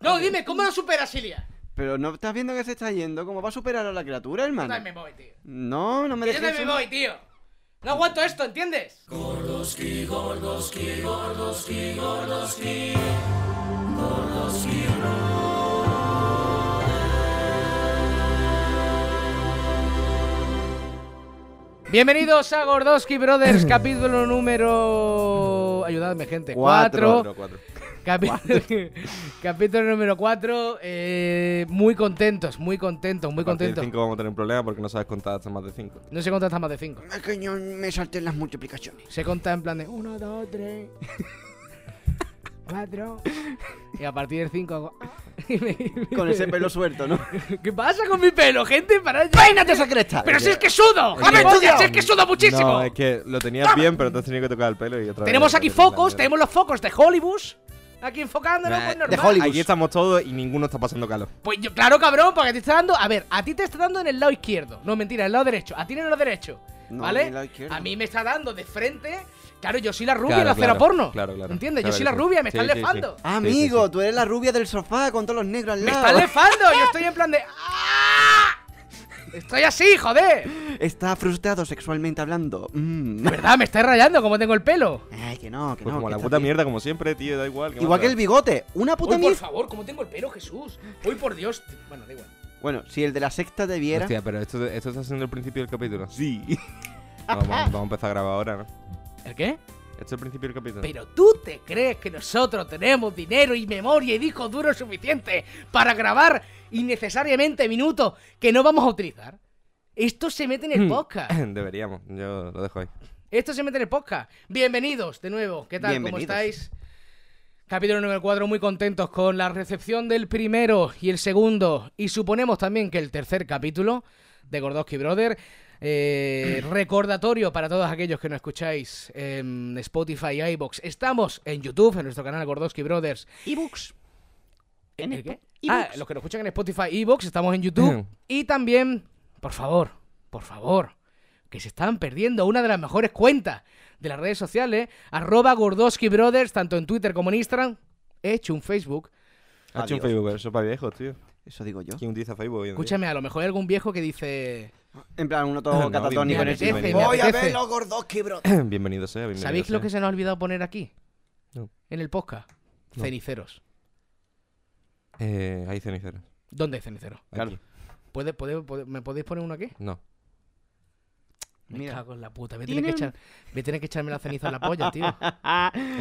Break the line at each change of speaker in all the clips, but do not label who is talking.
Tú dime, ¿cómo lo superas, Ilia?
Pero no estás viendo que se está yendo. ¿Cómo va a superar a la criatura, hermano?
Dame, me voy, tío.
No, no me
Que Yo
dejes.
también me voy, tío. No aguanto esto, ¿entiendes? Bienvenidos a Gordoski Brothers, capítulo número... Ayudadme, gente.
Oh,
Cuatro.
Capi- Capítulo número 4. muy contentos, muy contentos, muy
A partir de
contentos.
cinco vamos a tener un problema porque no sabes contar hasta más de 5.
No se cuenta hasta más de 5.
Es que yo me salté en las multiplicaciones.
Se cuenta en plan de 1, 2, 3, 4. Y a partir del 5 hago. ah, y me-
Con ese pelo suelto, ¿no?
¿Qué pasa con mi pelo, gente? Para
¡Peínate esa cresta!
Pero si es que sudo,
Oye,
¡Me follas!
tío.
si es que sudo muchísimo.
No, es que lo tenías bien, pero te has tenido que tocar el pelo y otra vez
Tenemos aquí
otra vez la
focos,
mierda.
tenemos los focos de Hollywood. Aquí enfocándonos,
Nah,
pues
de
normal.
Hollywood.
Aquí estamos todos y ninguno está pasando calor.
Pues yo, claro, cabrón, porque te está dando. A ver, a ti te está dando en el lado izquierdo. No, mentira, en el lado derecho. A ti en el lado derecho.
No,
¿Vale?
en el lado izquierdo.
A mí me está dando de frente. Claro, yo soy la rubia
Claro,
en la acera
claro,
porno.
claro, claro.
¿Entiendes?
Claro
yo soy
que
la
sí.
rubia, me
Sí,
están
sí, sí.
lefando.
Amigo,
Sí, sí, sí.
tú eres la rubia del sofá con todos los negros al
¡Me
lado.
están lefando! Yo estoy en plan de. ¡Ah! Estoy así, joder.
Está frustrado sexualmente hablando. Mm.
De verdad, me estáis rayando como tengo el pelo.
Ay, que no, que
Pues
no.
como
que
la
está
puta
bien.
mierda, como siempre, tío, da igual. ¿qué
Igual
más
que el
da?
bigote. Una
Uy,
puta
por
mierda.
favor, ¿cómo tengo el pelo, Jesús? Uy, por Dios. Bueno, da igual.
Bueno, si el de la sexta te viera.
Hostia, pero esto, esto está siendo el principio del capítulo. Sí. vamos, vamos a empezar a grabar ahora, ¿no?
¿El qué?
Esto es el principio del capítulo.
Pero tú te crees que nosotros tenemos dinero y memoria y discos duros suficientes para grabar innecesariamente minutos que no vamos a utilizar. Esto se mete en
Hmm.
el podcast.
Deberíamos, yo lo dejo ahí.
Esto se mete en el podcast. Bienvenidos de nuevo. ¿Qué tal? ¿Cómo
Bienvenidos.
estáis? Capítulo número 4, muy contentos con la recepción del primero y el segundo. Y suponemos también que el tercer capítulo de Gordoski Brother. Eh, recordatorio para todos aquellos que no escucháis en Spotify y iBox. Estamos en YouTube, en nuestro canal Gordoski Brothers.
ebooks. En
¿El qué?
Spo- iVoox.
Ah, los que nos escuchan en Spotify y iBox, estamos en YouTube. y también, por favor, por favor, que se están perdiendo una de las mejores cuentas de las redes sociales, arroba Gordoski Brothers, tanto en Twitter como en Instagram. He hecho un Facebook.
Ha hecho
Adiós.
un Facebook, pero eso es para viejos, tío.
Eso digo yo.
¿Quién utiliza Facebook hoy en día?
Escúchame, a lo mejor hay algún viejo que dice.
En plan, uno
No,
todo
bien,
catatónico en
bien,
el
bien,
sillón.
bien.
Voy a
apetece.
ver los gordos que bro.
Bienvenido sea, bienvenido
¿Sabéis lo que
sea.
se nos ha olvidado poner aquí?
No.
En el podcast.
No.
Ceniceros.
Eh, hay ceniceros.
¿Dónde hay ceniceros?
Claro.
Aquí.
¿Puede, puede- puede- me podéis poner uno aquí?
No.
Me
Mira.
cago en la puta. Voy a tener que, echar- voy a tener que echarme la ceniza en la polla, tío.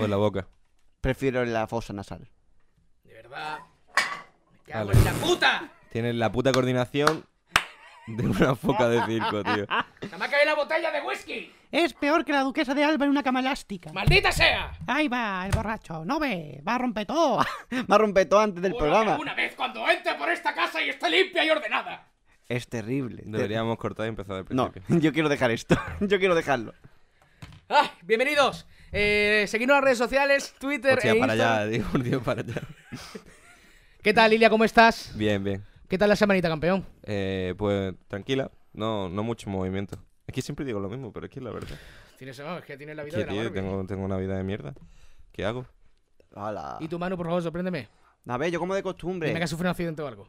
O en la boca.
Prefiero la fosa nasal.
De verdad. ¡Me
cago
cago
Vale.
en la puta!
Tienes la puta coordinación de una foca de circo, tío.
¡Nada más que la botella de whisky!
Es peor que la duquesa de Alba en una cama elástica.
¡Maldita sea!
Ahí va, el borracho. No ve, va a romper todo.
Me ha rompeto antes del programa.
Una vez cuando entre por esta casa y esté limpia y ordenada.
Es terrible.
Deberíamos cortar y empezar del
No,
Pues
principio.
yo quiero dejar esto. Yo quiero dejarlo.
¡Ay! Bienvenidos. Eh, seguidnos en las redes sociales, Twitter
Hostia,
e
para
Instagram.
allá, eh. digo, tío, para allá.
¿Qué tal, Lilia? ¿Cómo estás?
Bien, bien.
¿Qué tal la semanita, campeón?
Eh, pues tranquila. No, no mucho movimiento. Es que siempre digo lo mismo, pero es que es la verdad.
Tienes, no, es que tienes la vida
Que,
de la
tío,
Barbie.
tengo, tengo una vida de mierda. ¿Qué hago?
Hala.
Y tu mano, por favor, sorpréndeme.
A ver, yo como de costumbre.
Dime que has sufrido un accidente o algo.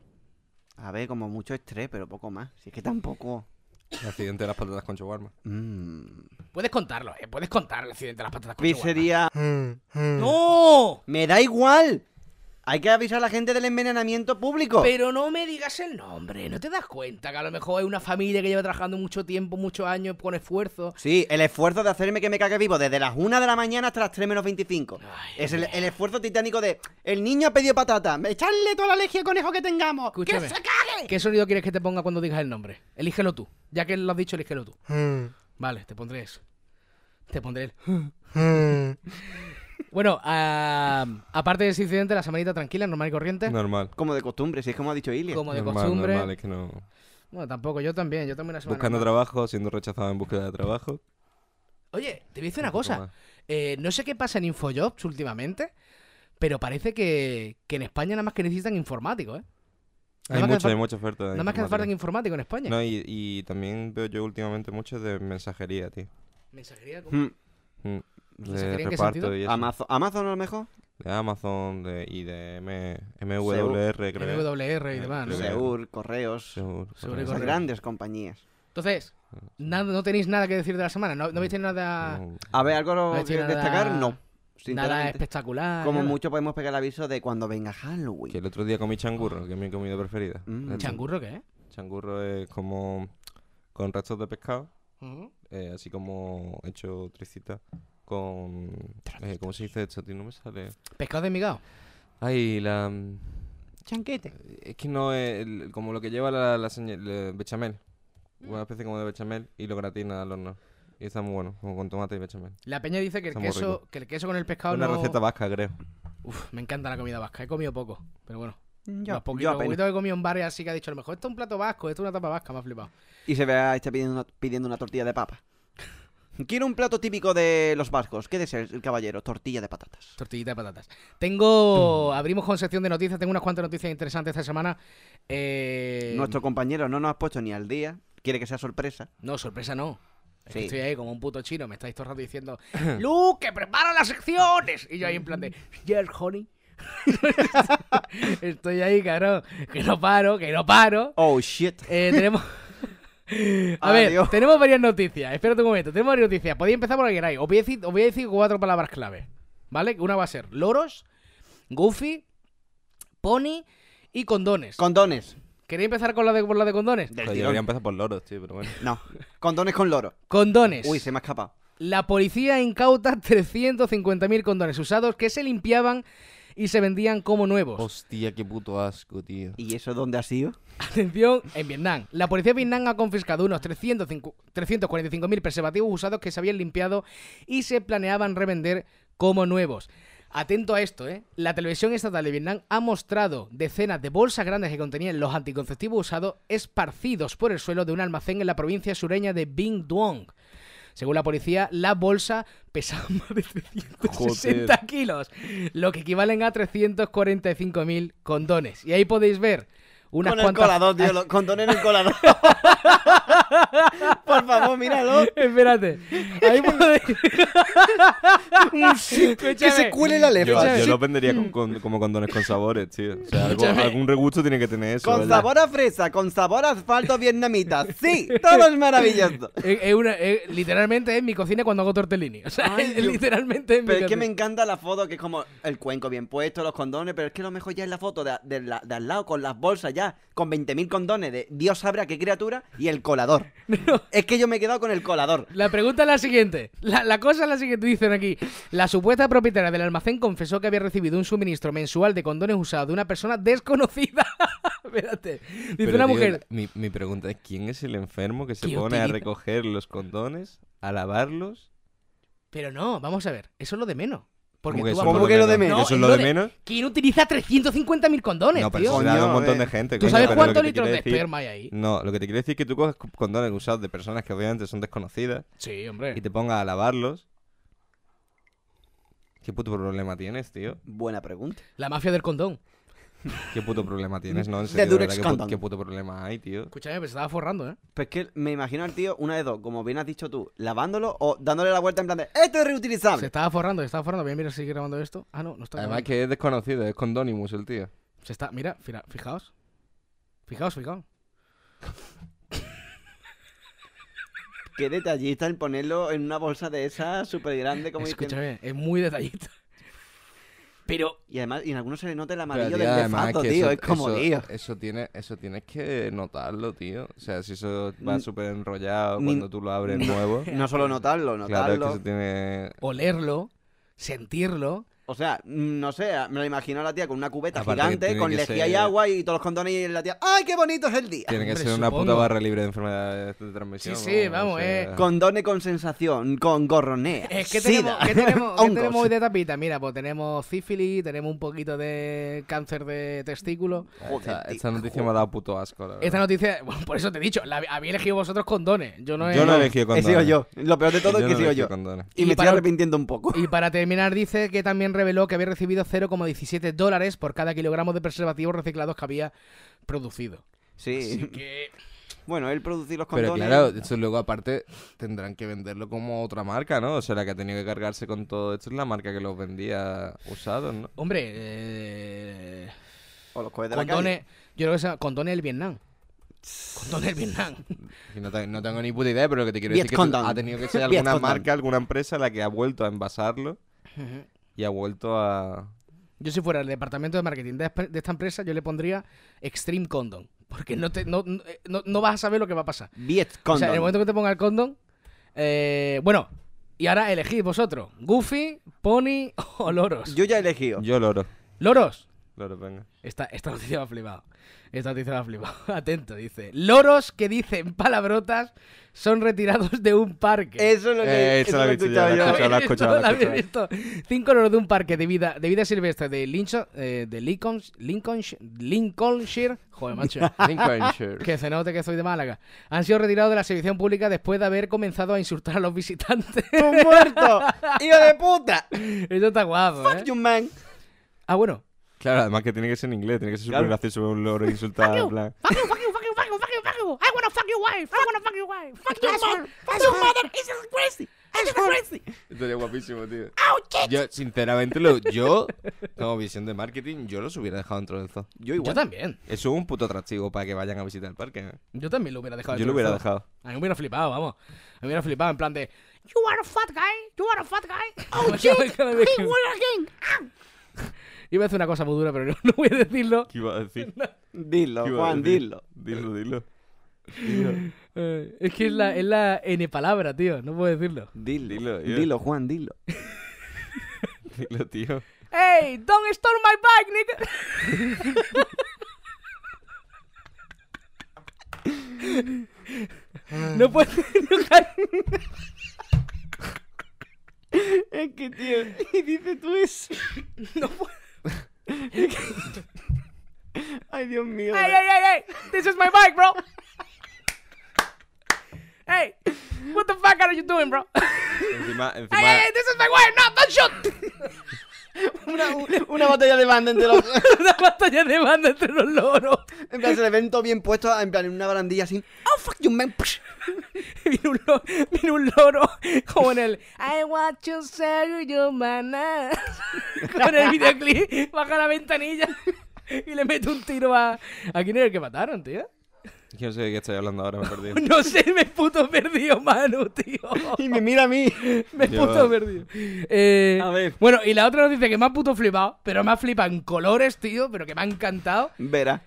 A ver, como mucho estrés, pero poco más. Si es que tampoco.
El accidente de las patatas con shawarma.
Mm.
Puedes contarlo, ¿eh? Puedes contar el accidente de las patatas con shawarma.
Pizzería.
¡No!
¡Me da igual! Hay que avisar a la gente del envenenamiento público.
Pero no me digas el nombre, ¿no te das cuenta que a lo mejor hay una familia que lleva trabajando mucho tiempo, muchos años, con esfuerzo?
Sí, el esfuerzo de hacerme que me cague vivo desde las 1 de la mañana hasta las 3 menos 25.
Ay,
es el, el esfuerzo titánico de. El niño ha pedido patata. Me echan
Dale toda la legia de conejo que tengamos.
Escúchame.
¡Que se cague!
¿Qué sonido quieres que te ponga cuando digas el nombre? Elígelo tú. Ya que lo has dicho, elígelo tú.
Hmm.
Vale, te pondré eso. Te pondré el...
Hmm.
bueno, ah, aparte de ese incidente, la semanita tranquila, normal y corriente.
Normal.
Como de costumbre, si es como ha dicho Ilia.
Como de
normal,
costumbre.
normal, es que no.
Bueno, tampoco, yo también, yo también una semana.
Buscando
normal.
trabajo, siendo rechazado en búsqueda de trabajo.
Oye, te voy a decir una
Un poco
cosa.
más.
Eh, no sé qué pasa en Infojobs últimamente, pero parece que, que en España nada más que necesitan informáticos, ¿eh? Nada
Hay
más que
mucha,
hace
hay
falta-
mucha oferta. de
Nada más que hace
informática.
falta informático en España.
No, y, y también veo yo últimamente mucho de mensajería, tío.
Mensajería, ¿cómo?
Mm.
Mm,
¿Mensajería
De
en qué
reparto
sentido?
y eso.
Amazon, Amazon a lo mejor.
de Amazon de- y de M- MWR, creo.
MWR y demás, ¿no?
Creo que-
Seur, Correos.
Seguro.
Seguro
Esas
Correos.
grandes compañías.
Entonces, nada, no tenéis nada que decir de la semana. No, no habéis tenido nada,
No.
A ver, algo
No
lo
ha
que
hecho nada-
destacar, no.
nada
Sinceramente.
espectacular.
Como
nada.
mucho podemos pegar el aviso de cuando venga
Que
Halloween.
el otro día comí changurro, que es mi comida preferida.
Mm.
El
¿Changurro qué?
Changurro es como con restos de pescado, eh, así como hecho tricita con... eh, ¿Cómo se dice esto? tío? No me sale.
Pescado de migado.
Ay, la...
Chanquete.
Es que no es el- como lo que lleva la, la señal- la bechamel.
Mm.
Una especie como de bechamel y lo gratina al horno. Y está muy bueno, como con tomate y bechamel.
La peña dice que el,
Está muy
queso,
rico.
que el queso con el pescado
Una
no...
receta vasca, creo.
Uf, me encanta la comida vasca. He comido poco, pero bueno.
Yo.
más poquito,
apenas.
poquito que he comido en bares así que ha dicho, a lo mejor esto es un plato vasco, esto es una tapa vasca, me ha flipado.
Y se ve a este pidiendo una, pidiendo una tortilla de papa. Quiero un plato típico de los vascos. ¿Qué desea el caballero? Tortilla de patatas.
Tortillita de patatas.
Mm.
Tengo... Abrimos con sección de noticias. Tengo unas cuantas noticias interesantes esta semana. Eh,
Nuestro compañero no nos ha puesto ni al día. Quiere que sea sorpresa.
No, sorpresa no. Es que
Sí.
estoy ahí como un puto chino. Me estáis todo el rato diciendo, Lu, que prepara las secciones. Y yo ahí en plan de, yes, honey. estoy ahí, cabrón. Que no paro, que no paro.
Oh, shit.
Eh, tenemos. A ver,
Adiós.
tenemos varias noticias. Espérate un momento, tenemos varias noticias. Podéis empezar por lo que queráis. Os voy a decir, os voy a decir cuatro palabras clave. ¿Vale? Una va a ser loros, goofy, pony y condones.
Condones.
¿Queréis empezar con la de, por la de condones?
Del
Joder, yo
tirón.
debería empezar por loros, tío, pero bueno.
No. Condones con loro.
Condones.
Uy, se me ha escapado.
La policía incauta 350.000 condones usados que se limpiaban y se vendían como nuevos.
Hostia, qué puto asco, tío.
¿Y eso dónde ha sido?
Atención, en Vietnam. La policía de Vietnam ha confiscado unos 305 345.000 preservativos usados que se habían limpiado y se planeaban revender como nuevos. Atento a esto, ¿eh? La televisión estatal de Vietnam ha mostrado decenas de bolsas grandes que contenían los anticonceptivos usados esparcidos por el suelo de un almacén en la provincia sureña de Binh Duong. Según la policía, la bolsa pesaba más de 360 kilos, lo que equivalen a 345.000 condones. Y ahí podéis ver unas
con
cuantas...
el colador, tío. lo- Condones en el colador. Por favor, míralo.
Espérate. Ahí podéis...
Que se cuele la
Yo,
lefa.
Escúchame.
yo lo vendería con- con- como condones con sabores, tío. O sea, algo-
Escúchame.
algún regusto tiene que tener eso.
Con
¿verdad?
sabor a fresa, con sabor a asfalto vietnamita. Sí, todo es maravilloso.
Es- es una- es- literalmente es mi cocina cuando hago tortellini. O sea,
Ay,
es-
Dios.
literalmente es mi
Pero es que me
cocina.
encanta la foto que es como el cuenco bien puesto, los condones, pero es que lo mejor ya es la foto de, de la- de al lado con las bolsas ya, con 20.000 condones de Dios sabrá qué criatura y el colador. Es que yo me he quedado con el colador.
La pregunta es la siguiente. La, la cosa es la siguiente. Dicen aquí. La supuesta propietaria del almacén confesó que había recibido un suministro mensual de condones usados de una persona desconocida. Espérate. Dice
Pero,
una
tío,
mujer.
Mi, mi pregunta es: ¿quién es el enfermo que se
¿Qué
pone a
utiliza?
recoger los condones, a lavarlos?
Pero no, vamos a ver. Eso es lo de menos. Porque
¿Cómo que
tú
eso
vas
es
¿Cómo
por-
que lo de menos?
No,
¿Eso es lo de menos?
¿Quién utiliza 350.000 condones,
No, pero
tío?
eso será de un
Coño,
montón de
eh.
gente.
¿Tú
coño,
sabes
pero lo
cuántos
que te
litros de
quiero decir- Mm.
esperma hay ahí?
No, lo que te quiero decir es que tú coges condones usados de personas que obviamente son desconocidas
Sí, hombre.
y te pongas a lavarlos. ¿Qué puto problema tienes, tío?
Buena pregunta.
La mafia del condón.
¿Qué puto problema tienes? No, en
De
serio, de verdad,
Durex
¿qué, puto,
Condom.
qué puto problema hay, tío?
Escúchame, pero se estaba forrando, ¿eh?
Pues que me imagino al tío, una de dos, como bien has dicho tú, lavándolo o dándole la vuelta en plan de ¡Esto es
Se
reutilizable!
estaba forrando, se estaba forrando. Voy a mirar si sigue grabando esto. Ah, no, no está
Además
grabando.
que es desconocido, es condónimus el tío.
Se está, mira, fira- fijaos. Fijaos, fijaos.
Qué detallista en ponerlo en una bolsa de esa súper grande como diciendo-
Escúchame, es muy detallista. Pero,
Y además, y en algunos se le nota el
Pero,
amarillo
tío,
del
además
nefato,
que
tío.
eso-
es como,
eso,
tío.
Eso, tiene, eso tienes que notarlo, tío. O sea, si eso va
Ni-
súper enrollado
ni-
cuando tú lo abres nuevo.
No solo notarlo,
Claro, es
notarlo.
que eso tiene...
olerlo, sentirlo.
O sea, mm, no sé, me lo imagino a la tía con una cubeta
Aparte que
gigante,
tiene
con
que
lejía
ser-
y agua y todos los condones y la tía. ¡Ay, qué bonito es el día!
Tiene que
Hombre,
ser una puta
supongo.
barra libre de enfermedades de transmisión.
Sí, sí, vamos, eh.
Condone con sensación, con gorronea.
Es que
sida,
tenemos, ¿qué tenemos, qué
hongos.
tenemos hoy de tapita? Mira, pues tenemos sífilis, tenemos un poquito de cáncer de testículo.
Esta,
Joder, tío,
esta noticia me ha dado puto asco, la verdad.
Esta noticia, bueno, por eso te he dicho, la habéis elegido vosotros condones. Yo no he...
Yo no he elegido
He
condones.
sido yo. Lo peor de todo es
no
que he sido
elegí
yo.
condones.
Y,
Y
me
para-
estoy arrepintiendo un poco.
Y para terminar, dice que también reveló que había recibido 0,17 dólares por cada kilogramo de preservativos reciclados que había producido.
Sí.
Que-
Bueno, él producir los
Pero
condones.
claro, eso luego aparte tendrán que venderlo como otra marca, ¿no? O sea, la que ha tenido que cargarse con todo esto es la marca que los vendía usados, ¿no?
Hombre, eh,
O los cohetes de la
Condones, yo creo que se llama condones del Vietnam. Condones del Vietnam.
Que No, te- no tengo ni puta idea, pero lo que te quiero decir es que
Vietcondon.
ha tenido que ser
Vietcondon.
alguna marca, alguna empresa la que ha vuelto a envasarlo y ha vuelto a...
Yo si fuera el departamento de marketing de, espe- de esta empresa, yo le pondría Extreme Condom. Porque no, te, no, no- no- no vas a saber lo que va a pasar.
calle. Viet
O sea, en el
Condom.
momento que te ponga el condón... eh, bueno, y ahora elegid vosotros. Goofy, Pony o Loros.
Yo ya he elegido.
Yo loro.
Loros.
Loro, venga.
Esta, esta noticia me ha flipado. Esta noticia me ha flipado. Atento, dice. Loros que dicen palabrotas son retirados de un parque.
Eso es lo que
Eh,
eso
eso lo he
lo he
visto yo,
escuchado
lo he
yo.
escuchado.
¿Habéis
lo he
visto?
lo he
¿Habéis visto? Cinco loros de un parque de vida, de vida silvestre de, Lincho- eh, de Lincolnsh- Lincolnsh- Lincolnshire. Joder, macho.
Lincolnshire.
Que se note que soy de Málaga. Han sido retirados de la exhibición pública después de haber comenzado a insultar a los visitantes.
¡Tú muerto! ¡Hijo de puta!
Eso está guapo, ¿eh?
Fuck you, man.
Ah, bueno.
Claro, además que tiene que ser en inglés, tiene que ser súper
Claro.
gracioso ver un loro e insultar. en plan,
Fuck you, fuck you, fuck you, fuck you, fuck you, fuck you. I wanna fuck your wife. I wanna fuck your wife. Fuck your mother. Fuck your mother. It's crazy. It's crazy. Oh,
Esto sería guapísimo, tío. Yo, sinceramente, lo, yo, como visión de marketing, yo los hubiera dejado dentro del zoo.
Yo
Yo igual.
también.
Eso es un puto atractivo para que vayan a visitar el parque. ¿eh?
Yo también lo hubiera dejado.
Yo
dentro
lo hubiera
del zoo.
dejado.
A mí me hubiera flipado, vamos. A mí me hubiera flipado en plan de...
You are a fat guy. You are a fat guy.
Oh, shit.
He won again.
Iba a decir una cosa muy dura, pero no, no voy a decirlo.
¿Qué iba a decir?
Dilo,
¿Qué iba a
Juan,
decir?
dilo.
Dilo, dilo.
Eh, es que es la, es la N palabra, tío. No puedo decirlo.
Dilo,
Dilo, yo.
dilo, Juan, dilo.
Dilo, tío.
¡Ey! ¡Don't storm my bike, nigga! No puedo
Es que, tío, y dice tú eso.
No puedo.
Ay, Dios mío.
¡Ey, ey, ey, ey! This is my bike, bro! ¡Ey! What the fuck are you doing, bro? ¡Ey,
Encima, encima,
ey, ey! This is my wife! ¡No, don't shoot!
Una, una batalla de banda entre los.
Una batalla de banda entre los loros.
En plan, se le ven todo bien puesto, en plan, en una barandilla así. Oh, fuck you, man.
Viene un, lo- viene un loro como en el I want to sell you my ass. Con el videoclip baja la ventanilla y le mete un tiro a. ¿A quién era el que mataron, tío?
Yo no sé de qué estoy hablando ahora, me he perdido.
No sé, me puto perdido, Manu, tío.
Y me mira a mí.
Me
Yo-
puto perdido. Eh,
A ver.
Bueno, y la otra nos dice que me ha puto flipado, pero me ha flipado en colores, tío, pero que me ha encantado.
Verá.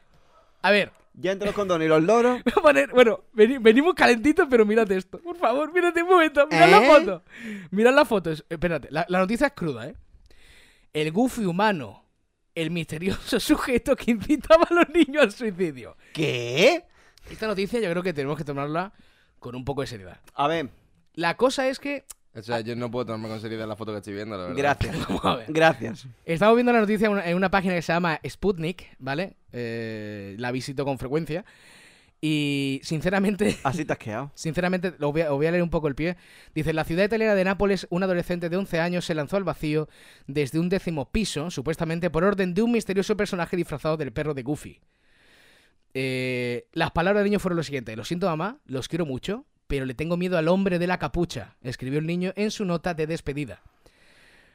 A ver,
Ya entre los condones y los loros.
Voy a poner, bueno, veni- venimos calentitos, pero mírate esto. Por favor, mírate un momento. Mirad la
¿Eh?
foto. Mirad la foto. es- Espérate, la, la noticia es cruda, ¿eh? El goofy humano, el misterioso sujeto que incitaba a los niños al suicidio.
¿Qué?
Esta noticia yo creo que tenemos que tomarla con un poco de seriedad.
A ver,
La cosa es que.
O sea, yo no puedo tomarme con seriedad la foto que estoy viendo, la verdad.
gracias.
Vamos a ver.
Gracias.
Estamos viendo la noticia en una, en una página que se llama Sputnik, ¿vale? Eh, la visito con frecuencia. Y sinceramente.
Así te has quedado.
Sinceramente, lo voy a, os voy a leer un poco el pie. Dice, en la ciudad italiana de Nápoles, un adolescente de 11 años se lanzó al vacío desde un décimo piso, supuestamente por orden de un misterioso personaje disfrazado del perro de Goofy. Eh, las palabras del niño fueron lo siguiente, lo siento mamá, los quiero mucho, pero le tengo miedo al hombre de la capucha, escribió el niño en su nota de despedida.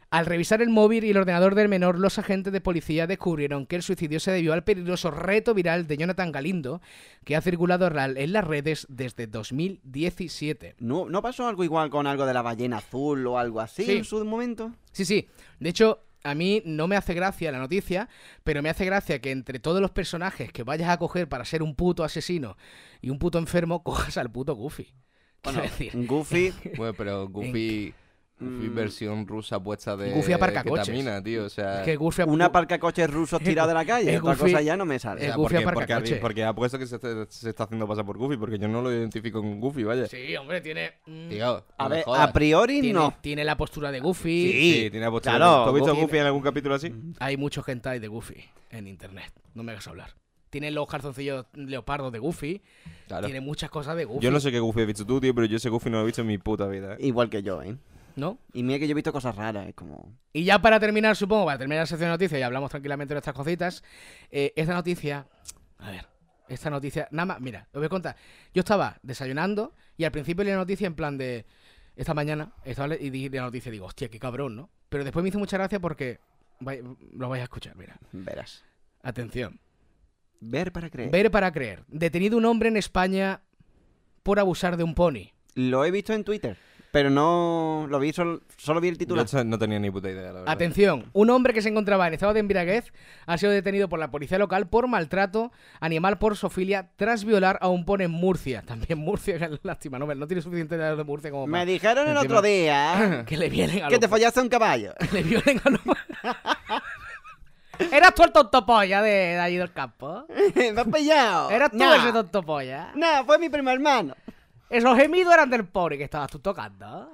Al revisar el móvil y el ordenador del menor, los agentes de policía descubrieron que el suicidio se debió al peligroso reto viral de Jonathan Galindo, que ha circulado ra- en las redes desde 2017.
¿No, ¿No pasó algo igual con algo de la ballena azul o algo así
Sí.
en su momento?
Sí, sí. De hecho, a mí no me hace gracia la noticia, pero me hace gracia que entre todos los personajes que vayas a coger para ser un puto asesino y un puto enfermo, cojas al puto Goofy. Quiero
Bueno,
decir,
un Goofy.
Bueno, pero Goofy... Goofy
Mm.
versión rusa puesta de...
Goofy aparcacoches.
ketamina, tío, o sea...
es que Goofy...
Una parca coches rusos tirado de la calle.
el
Otra
Goofy-
cosa ya no me
O
el
sale.
sea,
Goofy
porque, porque, ha-
aparcacoches.
porque ha puesto que se está, se está haciendo pasar por Goofy, porque yo no lo identifico con Goofy, vaya.
Sí, hombre, tiene... mm,
Tío,
A
no me
ver,
jodas.
a priori
tiene,
no.
tiene la postura de Goofy.
Sí, tiene postura.
claro,
¿Tú has visto a
Goofy-
Goofy en algún capítulo así?
Hay mucho hentai de Goofy en internet. No me hagas hablar. Tiene los calzoncillos leopardos de Goofy.
Claro.
Tiene muchas cosas de Goofy.
Yo no sé qué Goofy has visto tú, tío, pero yo ese Goofy no lo he visto en mi puta vida. ¿eh?
Igual que yo, ¿eh?
¿No?
Y mira que yo he visto cosas raras, es como...
Y ya para terminar, supongo, para terminar la sección de noticias y hablamos tranquilamente de nuestras cositas. eh, esta noticia. A ver. Esta noticia. Nada más, mira, os voy a contar. Yo estaba desayunando y al principio leí la noticia en plan de. Esta mañana estaba le- y di la noticia y digo, hostia, qué cabrón, ¿no? Pero después me hizo mucha gracia porque. vai- lo vais a escuchar, mira.
Verás.
Atención.
Ver para creer.
Ver para creer. Detenido un hombre en España por abusar de un pony.
Lo he visto en Twitter, pero no lo vi, sol- solo vi el
Yo
titular.
esta no tenía ni puta idea, la verdad.
Atención, un hombre que se encontraba en estado de embriaguez ha sido detenido por la policía local por maltrato animal por sofilia tras violar a un pony en Murcia. También Murcia, que lástima, no, no tiene suficiente de Murcia como
Me
para
dijeron el
Encima-
otro día
que le vienen a
que
los...
te follaste a un caballo.
que le violen a los... Eras tú el tonto polla de, de allí del campo.
Me has pillado.
Eras tú
No.
ese tonto polla.
No, fue mi primo hermano.
Esos gemidos eran del pony que estabas tú tocando.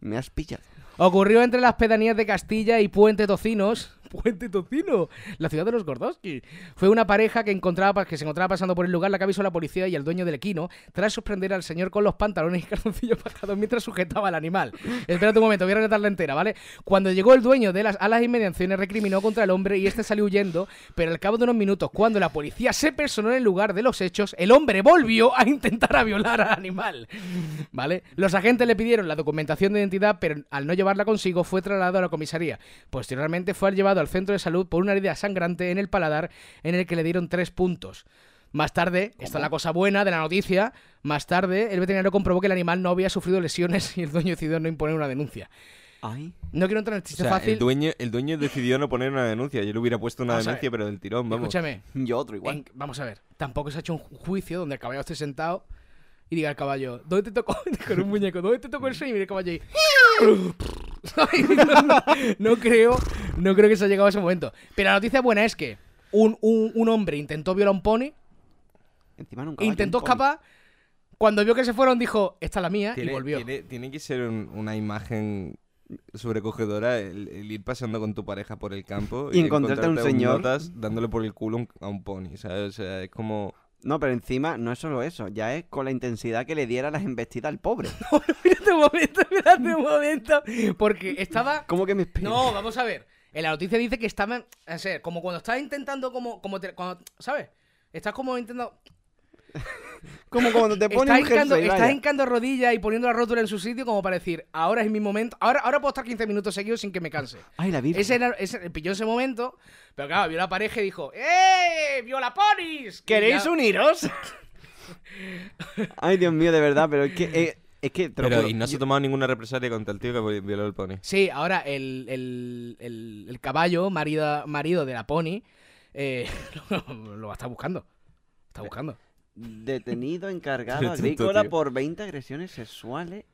Me has pillado.
Ocurrió entre las pedanías de Castilla y Puente Tocinos. Puente Tocino, la ciudad de los Gordoski. Fue una pareja que, encontraba, que se encontraba pasando por el lugar la que avisó a la policía y al dueño del equino tras sorprender al señor con los pantalones y calzoncillos bajados mientras sujetaba al animal. Espérate un momento, voy a relatarla entera, ¿vale? Cuando llegó el dueño de las alas y mediaciones recriminó contra el hombre y este salió huyendo, pero al cabo de unos minutos, cuando la policía se personó en el lugar de los hechos, el hombre volvió a intentar a violar al animal. ¿Vale? Los agentes le pidieron la documentación de identidad, pero al no llevarla consigo fue trasladado a la comisaría. Posteriormente fue llevado al centro de salud por una herida sangrante en el paladar en el que le dieron tres puntos. Más tarde, esta es la cosa buena de la noticia, más tarde el veterinario comprobó que el animal no había sufrido lesiones y el dueño decidió no imponer una denuncia.
Ay.
No quiero entrar en el chiste
O sea,
fácil.
el dueño, el dueño decidió no poner una denuncia. Yo le hubiera puesto una
O sea,
denuncia, pero del tirón, vamos.
Escúchame,
Yo otro igual.
en- vamos a ver, tampoco se ha hecho un ju- juicio donde el caballo esté sentado y diga al caballo, ¿dónde te tocó? Con un muñeco, ¿dónde te tocó el sueño? Y mira el caballo ahí. ¿Sabes? no, no creo, no creo que se haya llegado a ese momento. Pero la noticia buena es que un, un- un hombre intentó violar a un
Ah,
pony,
Encima nunca.
intentó escapar, cuando vio que se fueron dijo, esta es la mía, y
Tiene,
volvió.
tiene- tiene que ser un- una imagen sobrecogedora el, el ir paseando con tu pareja por el campo
Y encontrarte a un señor.
notas dándole por el culo un- a un pony, ¿sabes? O sea, es como...
No, pero encima no es solo eso, ya es con la intensidad que le diera las embestidas al pobre.
Espérate un momento, espérate un momento, porque estaba...
¿Cómo que me explico?
No, vamos a ver. En la noticia dice que estaba. A ser, como cuando estás intentando, como. como te- cuando- ¿Sabes? Estás como intentando.
Como cuando te pones
Estás
un
hincando,
jersey,
estás
vaya.
hincando rodillas y poniendo la rótula en su sitio como para decir, ahora es mi momento. Ahora, ahora puedo estar 15 minutos seguidos sin que me canse.
Ay, la virgen.
Ese era, ese, pilló ese momento, pero claro, vio la pareja y dijo, ¡Eh! ¡Viola ponis!
¿Queréis uniros? Ay, Dios mío, de verdad, pero es que... eh, es que te lo
Pero,
juro,
y no se ha
yo-
tomado ninguna represalia contra el tío que vi- violó el pony.
Sí, ahora el, el- el- el caballo, marido, marido de la pony, eh, lo, lo está buscando. Está buscando.
Detenido encargado
Qué tonto,
agrícola
tío.
por 20 agresiones sexuales.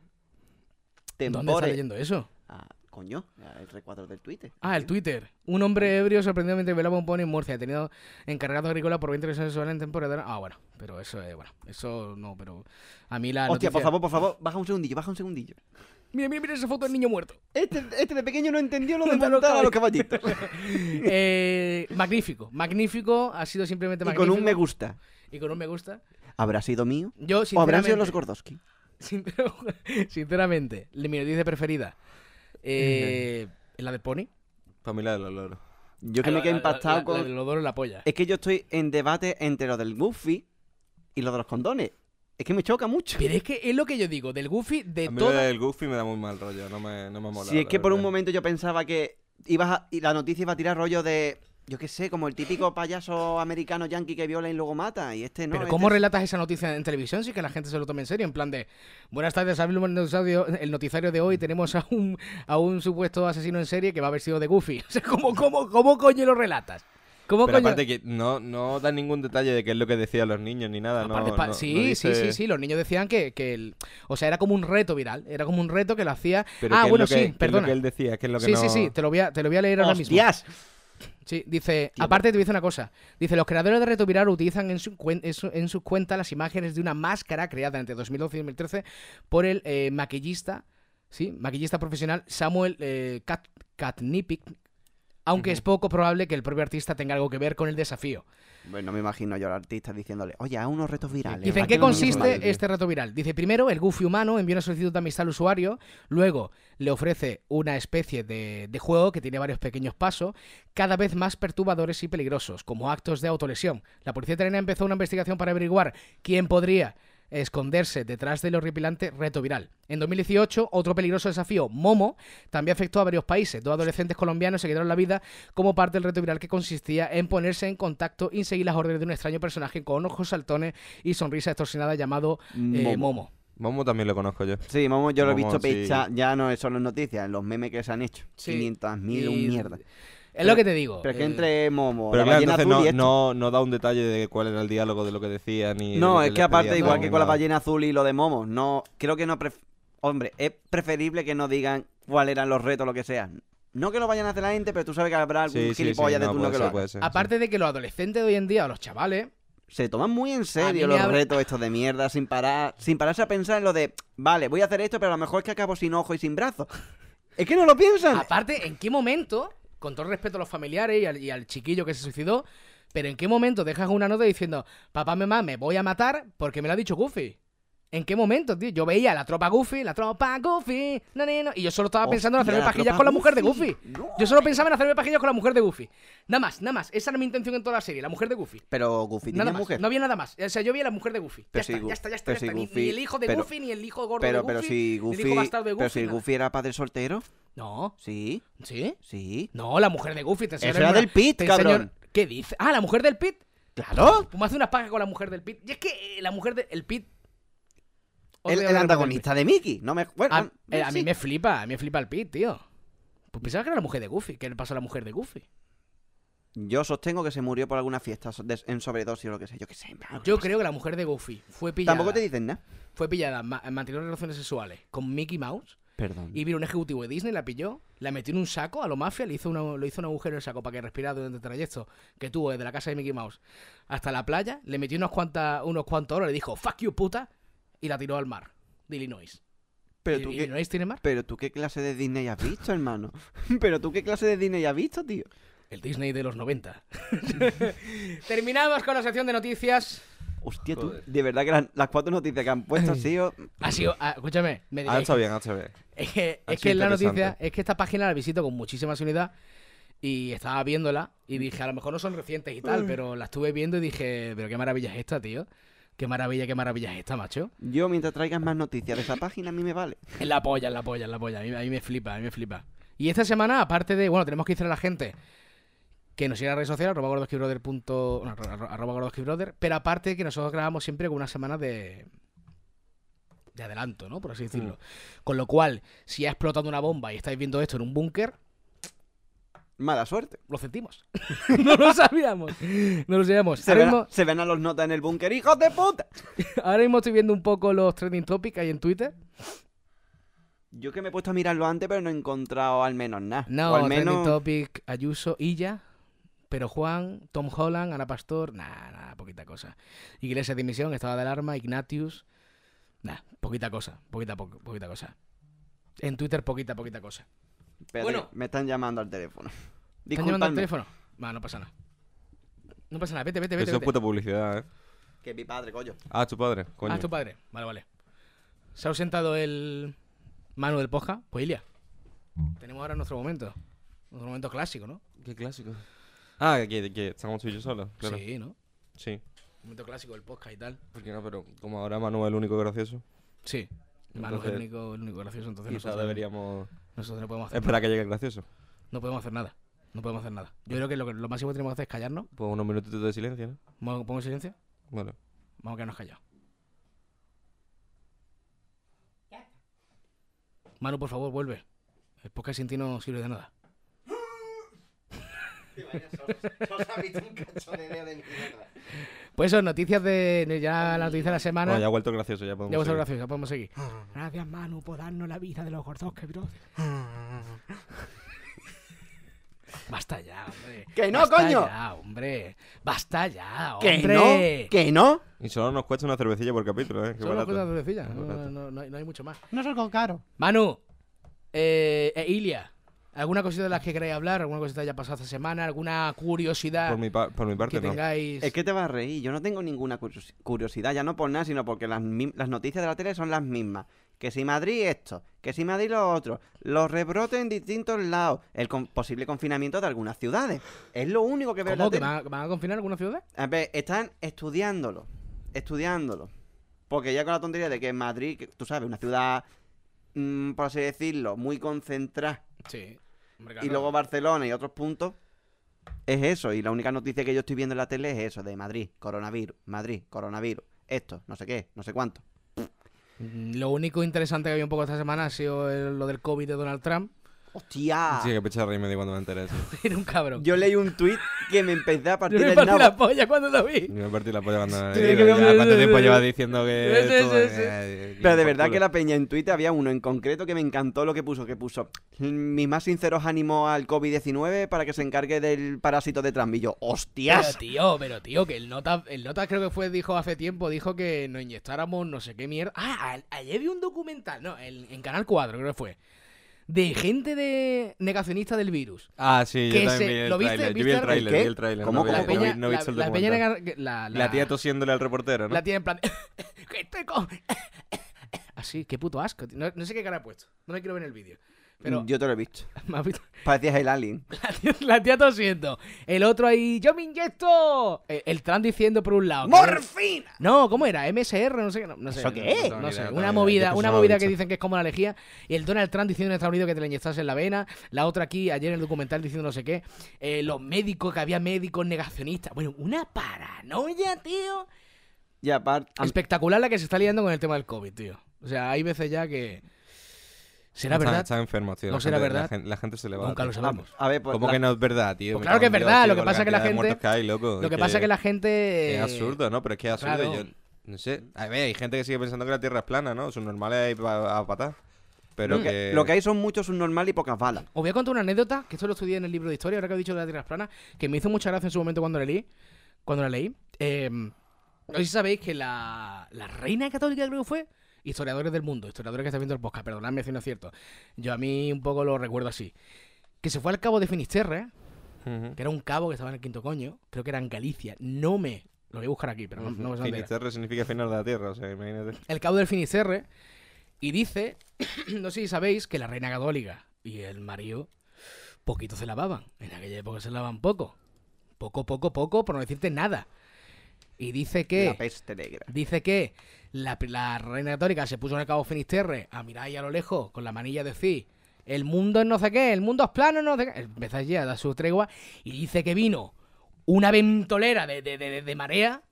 ¿Dónde está
Tempore.
leyendo eso?
Ah, coño, el recuadro del Twitter.
Ah, el
Twitter.
Twitter. Un hombre ebrio sorprendido mientras velaba un pony en Murcia, detenido encargado agrícola por 20 agresiones sexuales en temporada. Ah, bueno, pero eso es, bueno, eso no, pero a mí la noticia-
Hostia, por favor, por favor, baja un segundillo, baja un segundillo.
Mira, mira, mira esa foto del niño muerto.
Este, este de pequeño no entendió lo de
Montar los
montar a los caballitos.
Eh, magnífico, magnífico, ha sido simplemente
y
Este magnífico.
con un me gusta.
Y con un me gusta.
¿Habrá sido mío?
Yo,
¿O habrán
sinceramente,
sido los Gordoski?
sincer- sinceramente, mi noticia preferida, eh, la del pony.
Familia de los loros.
Yo que
La-
me quedé
la- la-
impactado
la-
con... Eh.
La del odor en la polla.
Es que yo estoy en debate entre lo del Goofy y lo de los condones. Es que me choca mucho.
Pero es que es lo que yo digo, del Goofy, de
A mí
toda...
lo del Goofy me da muy mal rollo, no me, no me mola.
Si es
la
que por un
verdad.
momento yo pensaba que ibas a- y la noticia iba a tirar rollo de... Yo qué sé, como el típico payaso americano yankee que viola y luego mata. Y este no.
Pero
este
¿cómo
es-
relatas esa noticia en televisión? Sí que la gente se lo toma en serio, en plan de, buenas tardes, abrimos el noticiario, el noticiario de hoy, tenemos a un, a un supuesto asesino en serie que va a haber sido de Goofy. O sea, ¿cómo, cómo, cómo coño lo relatas? ¿Cómo
Pero
coño?
aparte que no, no da ningún detalle de qué es lo que decían los niños ni nada. no-
Aparte, pa-
no-
sí,
no
sí, sí,
dice-
sí, los niños decían que, que el- o sea, era como un reto viral, era como un reto que lo hacía...
Pero
ah,
qué es
bueno,
lo que- qué
sí,
es lo
perdona.
que él decía, qué es lo que
Sí,
no...
sí, sí, te lo voy a, te lo voy a leer ahora mismo.
¡Hostias!
Sí, dice, aparte te dice una cosa. Dice, los creadores de Reto Viral utilizan en, su cuen- en su- en sus cuentas las imágenes de una máscara creada entre 2012 y 2013 por el eh, maquillista, sí, maquillista profesional Samuel eh, Kat- Katnipic, aunque es poco probable que el propio artista tenga algo que ver con el desafío.
Bueno, me imagino yo al artista diciéndole, oye, haz unos retos virales.
Dice, ¿en
haz
qué
unos retos
consiste
virales".
este reto viral? Dice, primero, el Goofy humano envía una solicitud de amistad al usuario, luego le ofrece una especie de, de juego que tiene varios pequeños pasos, cada vez más perturbadores y peligrosos, como actos de autolesión. La policía italiana empezó una investigación para averiguar quién podría esconderse detrás del horripilante reto viral. En 2018, otro peligroso desafío, Momo, también afectó a varios países. Dos adolescentes colombianos se quedaron la vida como parte del reto viral que consistía en ponerse en contacto y seguir las órdenes de un extraño personaje con ojos saltones y sonrisa extorsionada llamado eh,
Momo.
Momo.
Momo también lo conozco yo.
Sí, Momo, yo lo he
Momo,
visto
sí.
pecha- ya no son las noticias, los memes que se han hecho.
Sí.
500.000,
Y-
un mierda.
Es lo que te digo.
Pero es que
eh,
entre Momo,
Pero
la
claro,
ballena
entonces
azul y este
no,
esto-
no, no da un detalle de cuál era el diálogo, de lo que decían ni de
No,
lo
es que
les
aparte,
pedían,
igual
no,
que
ni
con la
nada.
ballena azul y lo de Momo, no, creo que no. pref- Hombre, es preferible que no digan cuáles eran los retos, lo que sea. No que lo vayan a hacer la gente, pero tú sabes que habrá algún
Sí, sí, sí,
gilipollas de
no,
turno
puede
que
ser,
lo haga.
puede ser, sí.
Aparte de que los adolescentes de hoy en día, o los chavales,
Se toman muy en
A
serio
mí me
los
abre-
retos estos de mierda, sin parar, sin pararse a pensar en lo de, vale, voy a hacer esto, pero a lo mejor es que acabo sin ojo y sin brazo. Es que no lo piensan.
Aparte, ¿en qué momento, con todo el respeto a los familiares y al, y al chiquillo que se suicidó, pero en qué momento dejas una nota diciendo, papá, mamá, me voy a matar porque me lo ha dicho Goofy? ¿En qué momento, tío? Yo veía a la tropa Goofy, la tropa Goofy, no, no, no, y yo solo estaba pensando en
Hostia,
hacerme
la
pajillas
tropa
con la mujer de
Goofy.
Goofy. Yo solo pensaba en hacerme pajillas con la mujer de Goofy. Nada más, nada más. Esa era mi intención en toda la serie, la mujer de Goofy.
Pero Goofy tiene
Nada más.
mujer.
No había nada más. O sea, yo vi a la mujer de Goofy. Ya
Pero
está,
si Gu-
ya está, ya está,
pero
ya
si
está. Ni-
Goofy-
Ni el hijo de
pero-
Goofy, ni el hijo gordo de
Pero,
Goofy.
pero si
ni el
Goofy,
hijo bastardo de Goofy.
pero si
nada.
Goofy era padre soltero,
No,
sí,
sí.
sí.
No, la mujer de Goofy. Te enseño
Esa
la
era
misma-
del Pit,
te enseño-
cabrón.
¿Qué dice? Ah, la mujer del Pit.
Claro.
Pues me hace unas pajas con la mujer del Pit. Y es que eh, la mujer del el Pit. Os
El,
voy a
el
hablar
antagonista de Mickey. No me.
del Pit.
Bueno,
A, eh, a
sí.
mí me flipa, a mí me flipa el Pit, tío. Pues pensaba que era la mujer de Goofy. ¿Qué le pasó a la mujer de Goofy?
Ah, Yo sostengo que se murió por alguna fiesta so- de- en sobredosis o lo que sea. Yo qué sé. en plan,
Yo creo que la mujer de Goofy fue pillada.
pues Tampoco te dicen nada.
Fue pillada, ma- manteniendo relaciones sexuales con Mickey Mouse.
Perdón.
Y vino un ejecutivo de Disney, la pilló, la metió en un saco a lo mafia, le hizo, una, le hizo un agujero en el saco para que respirara durante el trayecto que tuvo desde la casa de Mickey Mouse hasta la playa, le metió unos, cuantas, unos cuantos oros, le dijo, fuck you puta, y la tiró al mar de Illinois.
Pero
¿Y-
tú, qué,
¿Illinois tiene mar?
pero tú qué clase de Disney has visto, hermano. pero tú qué clase de Disney has visto, tío.
El Disney de los 90. Terminamos con la sección de noticias.
Hostia, tú. De verdad que las, las cuatro noticias que han puesto han sido.
Ha sido, ah, escúchame, me
Ah,
diréis,
está bien, ah, está bien.
Es que,
Ha
es
sido
que la
interesante.
noticia, es que esta página la visito con muchísima seguridad y estaba viéndola y dije, a lo mejor no son recientes y tal, pero la estuve viendo y dije, pero qué maravilla es esta, tío. Qué maravilla, qué maravilla es esta, macho.
Yo, mientras traigas más noticias de esa página, a mí me vale.
Es la polla, es la polla, es la polla. A mí, a mí me flipa, a mí me flipa. Y esta semana, aparte de, bueno, tenemos que decirle a la gente que nos siga en las redes sociales, arroba gordoskibrother punto- no, arro- arro- arroba gordoskibrother, pero aparte de que nosotros grabamos siempre con una semana de de adelanto, ¿no? Por así decirlo. Con lo cual, si ha explotado una bomba y estáis viendo esto en un búnker,
Mala suerte.
lo sentimos. no lo sabíamos. No lo sabíamos.
Se,
Ahora
ven, a,
mismo,
se ven a los notas en el búnker, hijos de puta.
ahora mismo estoy viendo un poco los trending topics que hay en Twitter.
Yo que me he puesto a mirarlo antes, pero no he encontrado al menos nada.
No,
o al
trending
menos.
topic Ayuso, Illa, pero Juan, Tom Holland, Ana Pastor, nada, nada, poquita cosa. Iglesia de Dimisión, Estado de Alarma, Ignatius, nada, poquita cosa, poquita, po- poquita cosa. En Twitter, poquita, poquita cosa.
Espérate,
Bueno.
Me están llamando al teléfono.
¿Están llamando al
Disculpadme.
teléfono? Va, no pasa nada. No pasa nada, vete, vete, vete.
Eso es
vete.
puta publicidad, ¿eh?
Que es mi padre, coño.
Ah, tu padre, coño.
Ah, es tu padre. Vale, vale. Se ha ausentado el Manu del Posca. Pues Ilia. Tenemos ahora nuestro momento. Nuestro momento clásico, ¿no?
Qué clásico. Ah, que, que estamos tú y yo solos, claro. Sí.
Sí, ¿no? Momento clásico del Posca y tal.
Porque no, pero como ahora Manuel es el único gracioso,
Sí. Manu es el
Entonces-
único, el único gracioso,
Pues
entonces
quizás
nosotros,
deberíamos
nosotros no podemos hacer
esperar a que llegue el gracioso.
nada. No podemos hacer nada. No podemos hacer nada. Yo creo que lo, que- lo máximo que tenemos que hacer es callarnos.
Pues unos minutitos de silencio, ¿no?
Vamos- Pongo silencio.
Bueno.
Vamos a quedarnos callados. Manu, por favor, vuelve. El podcast sin ti no sirve de nada. Pues eso, noticias de. Ya la noticia de la semana.
Bueno, ya ha vuelto gracioso, ya podemos.
Ya vos
seguir.
gracias, ya podemos seguir.
Ah.
Gracias, Manu, por darnos la vida de los gordos que brother. Basta ya, hombre.
¡Que no,
Basta
coño!
ya, hombre. Basta ya,
¡Que
hombre.
no! ¡Que no!
Y solo nos cuesta una cervecilla por capítulo, ¿eh? Qué
Solo las
barato.
cosas de Cecilla,
Qué
no,
barato.
no- no hay- no hay mucho más.
No es algo caro.
Manu, eh, eh, Ilia, ¿alguna cosita de las que queráis hablar? ¿Alguna cosita que haya pasado esta semana? ¿Alguna curiosidad
Por mi, pa- por mi parte,
que
no.
tengáis?
Es que te vas a reír, yo no tengo ninguna curiosi- curiosidad, ya no por nada, sino porque las, mi- las noticias de la tele son las mismas. Que si Madrid esto, que si Madrid lo otro, los rebrotes en distintos lados, el con- posible confinamiento de algunas ciudades. Es lo único que veo en la
¿Cómo? ¿Que
tele.
van a, van a confinar alguna ciudad?
A ver, están estudiándolo, estudiándolo. Porque ya con la tontería de que en Madrid, que tú sabes, una ciudad, mm, por así decirlo, muy concentrada,
Sí. Hombre,
y
claro.
luego Barcelona y otros puntos, es eso. Y la única noticia que yo estoy viendo en la tele es eso, de Madrid, coronavirus, Madrid, coronavirus, esto, no sé qué, no sé cuánto.
Mm, Lo único interesante que había un poco esta semana ha sido el- lo del COVID de Donald Trump.
¡Hostia!
Sí, que pecha reírme de cuando me enteré. sí.
Era un cabrón.
Yo leí un tuit que me empecé a
Yo
partir
me
del
partí
nabo.
la polla cuando lo vi.
Y me partí la polla cuando me
Sí,
enteré.
que me-
Ya, ¿Cuánto tiempo llevas diciendo que.?
Sí, sí,
esto,
sí, sí.
eh,
Pero de
por
verdad
culo?
que la peña en Twitter había uno en concreto que me encantó lo que puso, que puso mis más sinceros ánimos al COVID-19 para que se encargue del parásito de Trump. Y yo,
Pero
¡hostias!
tío, pero tío, que el nota, el nota creo que fue, dijo hace tiempo, dijo que nos inyectáramos no sé qué mierda. Ah, a- ayer vi un documental, no, el- en Canal 4 creo que fue. De gente de negacionista del virus.
Ah, sí,
que
yo también
se-
vi el
¿lo viste?
tráiler. Yo vi
¿Viste
el
el-
tráiler,
qué?
vi el tráiler.
¿Cómo,
no vi-
cómo,
La
no vi-
peña,
no he
la-
visto el
la peña
documental.
nega- la-
La tía
la-
tosiéndole al reportero, ¿no?
La tía en plan. que estoy con- Así, qué puto asco. tío. No, no sé qué cara ha puesto. No me quiero ver en el vídeo.
Mm,
Pero.
Yo te lo he visto.
¿me has visto?
Parecías el alien.
La, tía, la tía tosiendo. El otro ahí. ¡Yo me inyecto! El, el Trump diciendo por un lado. que-
¡Morfina!
No qué era? MSR, no sé qué. No, no sé,
¿Eso
no-
qué es?
No,
No
sé.
tengo ni idea,
Una
no, yo
movida,
pensaba
una
que
movida
había
que
dicho.
dicen que es como la lejía. Y el Donald Trump diciendo en Estados Unidos que te la inyectas en la vena. La otra aquí, ayer en el documental diciendo no sé qué. eh, los médicos, que había médicos negacionistas. Bueno, una paranoia, tío.
Y aparte... am-
Espectacular la que se está liando con el tema del COVID, tío. O sea, hay veces ya que. ¿Será
Están-
verdad?
Están enfermos, tío.
¿No
la
será
gente-
verdad?
La gente, la gente se le va.
Nunca lo
tío.
sabemos.
A ver, pues...
¿Cómo
la-
que no es verdad, tío?
Pues
Me
claro que es
cago en Dios,
verdad, lo
tío,
que
con
pasa es que la
cantidad de
gente-
muertos que hay, loco.
Lo que pasa es que la gente.
Es absurdo, ¿no? Pero es que es absurdo.
Eh, claro.
Yo, no sé. A ver, hay gente que sigue pensando que la Tierra es plana, ¿no? Son normales ahí pa- a patar. Pero
lo, que...
que...
Mm, lo que hay son muchos subnormales y pocas balas.
Os voy a contar una anécdota, que esto lo estudié en el libro de historia, ahora que he dicho de las tierras planas, que me hizo mucha gracia en su momento cuando la leí. Cuando la leí. Eh, no sé si sabéis que la, la reina católica creo que fue. Historiadores del mundo, historiadores que están viendo el podcast, perdonadme si no es cierto. Yo a mí un poco lo recuerdo así. Que se fue al cabo de Finisterre,
Ujú.
que era un cabo que estaba en el quinto coño, creo que era en Galicia. No me. Lo voy a buscar aquí, pero no, no me sé dónde era.
Finisterre significa final de la Tierra, o sea, imagínate.
el cabo del Finisterre y dice, no sé si sabéis, que la reina católica y el marido poquito se lavaban. En aquella época se lavaban poco. Poco, poco, poco, por no decirte nada. Y dice
La
que...
peste negra.
Dice que la, pri- la reina católica se puso en el cabo Finisterre a mirar ahí a lo lejos con la manilla de decir el mundo es no sé qué, el mundo es plano, no sé qué. Empezó allí a dar su tregua y dice que vino una ventolera de, de- de- de marea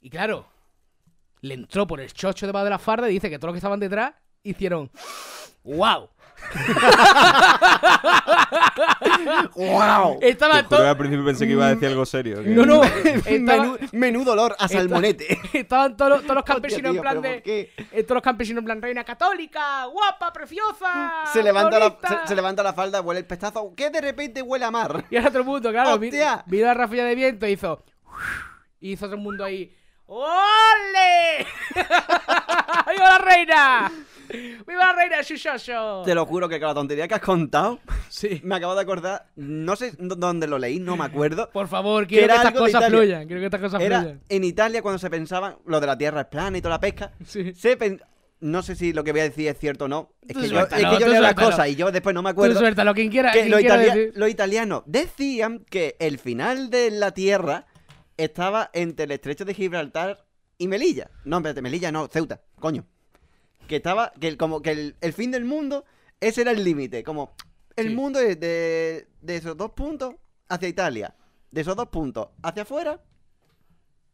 y claro, le entró por el chocho debajo de la farda y dice que todos los que estaban detrás hicieron ¡Wow!
¡Wow!
Te
Estaba
juro que
todo...
al principio pensé que iba a decir algo serio. que-
Eh, No, no,
Menú,
estaba-
menú dolor a salmonete.
estaban todos los, todos los
Hostia,
campesinos
tío,
en plan
¿pero
de...
por qué?
eh, Todos los campesinos en plan reina católica, guapa, preciosa.
Se levanta, la,
bonita".
se- se levanta la falda, huele el pestazo, que de repente huele a mar.
Y ahora todo el mundo, claro, vi-
¡Hostia!
vino la rafilla de viento y hizo. Y hizo todo el mundo ahí. ¡Ole! ¡Viva la reina! ¡Viva la reina, Shushoso!
Te lo juro que con la tontería que has contado,
Sí.
me acabo de acordar, no sé dó- dónde lo leí, no me acuerdo.
Por favor, quiero que,
era
estas
algo de
cosas
Italia.
fluyan. Quiero que estas cosas
Era
fluyan.
en Italia cuando se pensaban lo de la tierra es plana y toda la pesca.
Sí.
Se pen- no sé si lo que voy a decir es cierto o no. Es
Tú
que yo,
suéltalo,
es que yo
tú
leo las
suéltalo.
cosas y yo después no me
Tú
acuerdo.
suéltalo, quien quiera.
que
quien
los,
quiera
italia-
decir.
los italianos decían que el final de la Tierra estaba entre el estrecho de Gibraltar y Melilla. No, espérate, Melilla no, Ceuta, coño. Que estaba, que el- como que el, el fin del mundo, ese era el límite. Como el
Sí.
mundo es de, de esos dos puntos hacia Italia, de esos dos puntos hacia afuera,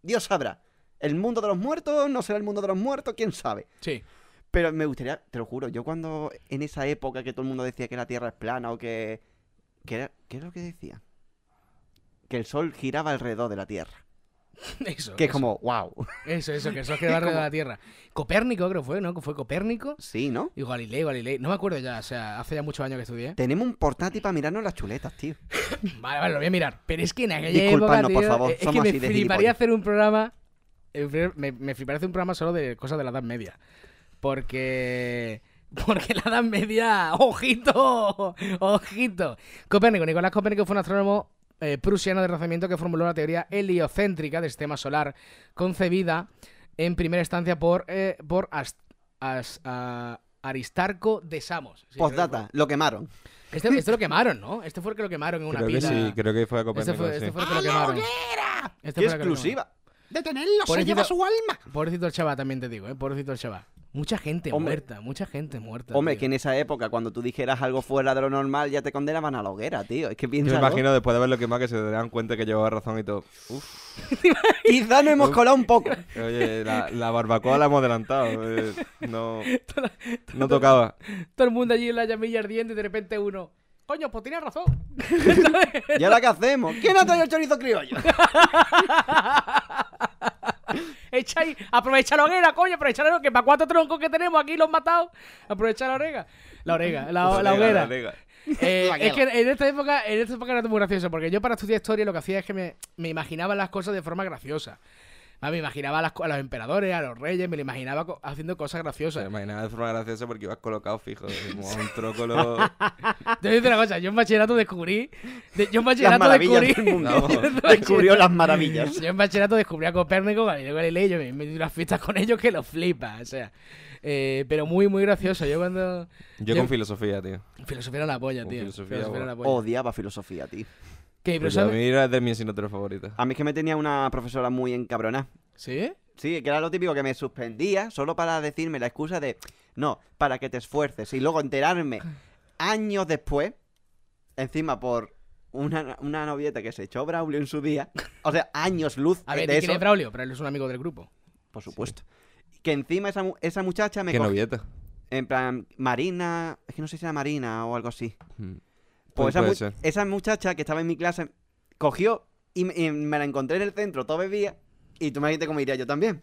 Dios sabrá. El mundo de los muertos, no será el mundo de los muertos, quién sabe.
Sí.
Pero me gustaría, te lo juro, yo cuando en esa época que todo el mundo decía que la Tierra es plana o que... que era- ¿Qué es lo que decía? Que el Sol giraba alrededor de la Tierra.
Eso.
Que es
eso,
como, wow.
Eso, eso, que eso es que va alrededor de la Tierra. Copérnico, creo que fue, ¿no? Que fue Copérnico.
Sí, ¿no?
Y Galileo, Galilei. No me acuerdo ya, o sea, hace ya muchos años que estudié.
Tenemos un portátil para mirarnos las chuletas, tío.
Vale, vale, lo voy a mirar. Pero es que en aquella
Disculpadnos,
época, tío,
por favor,
es que
somos
me
así de
fliparía
gilipollas.
hacer un programa... eh, Me, me fliparía hacer un programa solo de cosas de la Edad Media. Porque... Porque la Edad Media... ¡Ojito! ¡Ojito! Copérnico. Nicolás Copérnico fue un astrónomo eh, prusiano de renacimiento que formuló la teoría heliocéntrica del sistema solar, concebida en primera instancia por, eh, por Ast- As- a- Aristarco de Samos. Sí, creo que
Postdata, lo quemaron.
fue. Este, este lo quemaron, ¿no? Este fue el que lo quemaron en una
Creo que
pila.
sí, creo que fue a
Este
Copérnico,
fue,
sí.
este fue el que lo quemaron. Este
¡Qué
fue el que lo quemaron.
exclusiva!
Detenerlo, se
Pobrecito-
lleva su alma.
Pobrecito el chaval, también te digo, ¿eh? Pobrecito el chaval. Mucha gente
Hombre.
muerta, mucha gente muerta.
Hombre,
tío.
que en esa época, cuando tú dijeras algo fuera de lo normal, ya te condenaban a la hoguera, tío. Es que
Yo
piensa.
me imagino después de ver lo que más que se darán cuenta que llevaba razón y todo. Uf,
Quizá nos hemos colado un poco.
oye, la, la barbacoa la hemos adelantado. eh, no, no tocaba.
Todo el mundo allí en la llamilla ardiente y de repente uno. Coño, pues tienes razón.
¿Y ahora qué hacemos? ¿Quién ha traído el chorizo criollo?
Echa ahí, aprovecha la hoguera, coño, aprovecha la hoguera, que para cuatro troncos que tenemos aquí los matados. Aprovecha la orega. La orega, la, la hoguera. Eh,
La
es que en esta época, en esta época era muy gracioso, porque yo para estudiar historia lo que hacía es que me, me imaginaba las cosas de forma graciosa. Ah, Me imaginaba a, las co- a los emperadores, a los reyes, me lo imaginaba co- haciendo cosas
Se
graciosas.
imaginaba de forma graciosa porque ibas colocado fijo, como a un trócolo. No,
Te voy a decir una cosa, yo en bachillerato descubrí. de- yo en bachillerato
maravillas
descubrí.
del mundo.
yo en
Descubrió
bachillerato-
las maravillas.
Yo en bachillerato descubrí a Copérnico, Galileo Galilei, yo me metí unas fiestas con ellos que los flipa, o sea. eh, pero muy, muy gracioso. Yo cuando.
Yo con filosofía, tío.
Filosofía era la
Oh,
polla,
Con
tío.
filosofía,
Filosofía, era la polla.
Odiaba filosofía, tío.
¿Qué,
pues
Pero
profesor?
a mí era de mis asignaturas favoritas.
A mí es que me tenía una profesora muy encabronada.
¿Sí?
Sí, que era lo típico que me suspendía solo para decirme la excusa de no, para que te esfuerces. Y luego enterarme años después, encima por una, una novieta que se echó Braulio en su día. O sea, años luz
A ver,
de
¿y ¿quién
eso,
es Braulio? Pero él es un amigo del grupo.
por supuesto. Que encima esa, mu- esa muchacha me
Qué
cogió-
novieta.
En plan, Marina. Es que no sé si era Marina o algo así.
Mm.
Pues
Pues
esa,
puede
mu-
ser.
esa muchacha que estaba en mi clase cogió y me, y me la encontré en el centro todo bebía y tú me dijiste cómo iría yo también.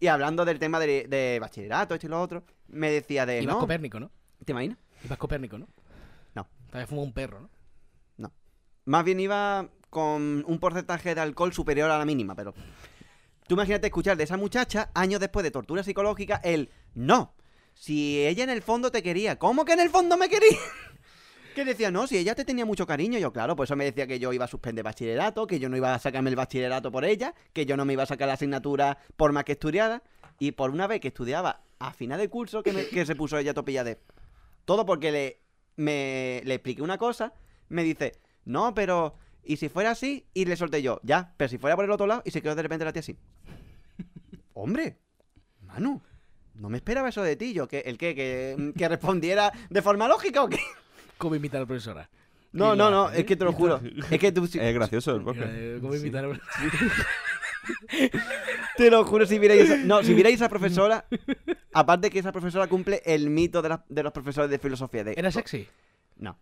Y hablando del tema de, de bachillerato, esto y lo otro, me decía de...
Ibas
Eh, No,
Copérnico, ¿no?
¿Te imaginas?
Ibas Copérnico, ¿no?
No.
Todavía fumó un perro, ¿no?
Más bien iba con un porcentaje de alcohol superior a la mínima, pero... Tú imagínate escuchar de esa muchacha, años después de tortura psicológica, el... No, si ella en el fondo te quería, ¿cómo que en el fondo me quería? Que decía, no, si ella te tenía mucho cariño, yo claro, por eso me decía que yo iba a suspender bachillerato, que yo no iba a sacarme el bachillerato por ella, que yo no me iba a sacar la asignatura por más que estudiara, y por una vez que estudiaba a final de curso, que, me- que se puso ella topilla de... Todo porque le, me, le expliqué una cosa, me dice, no, pero... Y si fuera así, y le solté yo, ya, pero si fuera por el otro lado, y se quedó de repente la tía así. Hombre, Manu, no me esperaba eso de ti, yo, que el qué? que, que respondiera de forma lógica o qué.
¿Cómo invitar a la profesora?
No,
Y
no,
la-
no, es que te lo juro. Es que tú, si-
Es gracioso el podcast.
Eh, ¿Cómo invitar a la profesora?
te lo juro, si vierais, a- no, si vierais a esa profesora, aparte que esa profesora cumple el mito de, la- de los profesores de filosofía. De,
¿Era sexy?
No.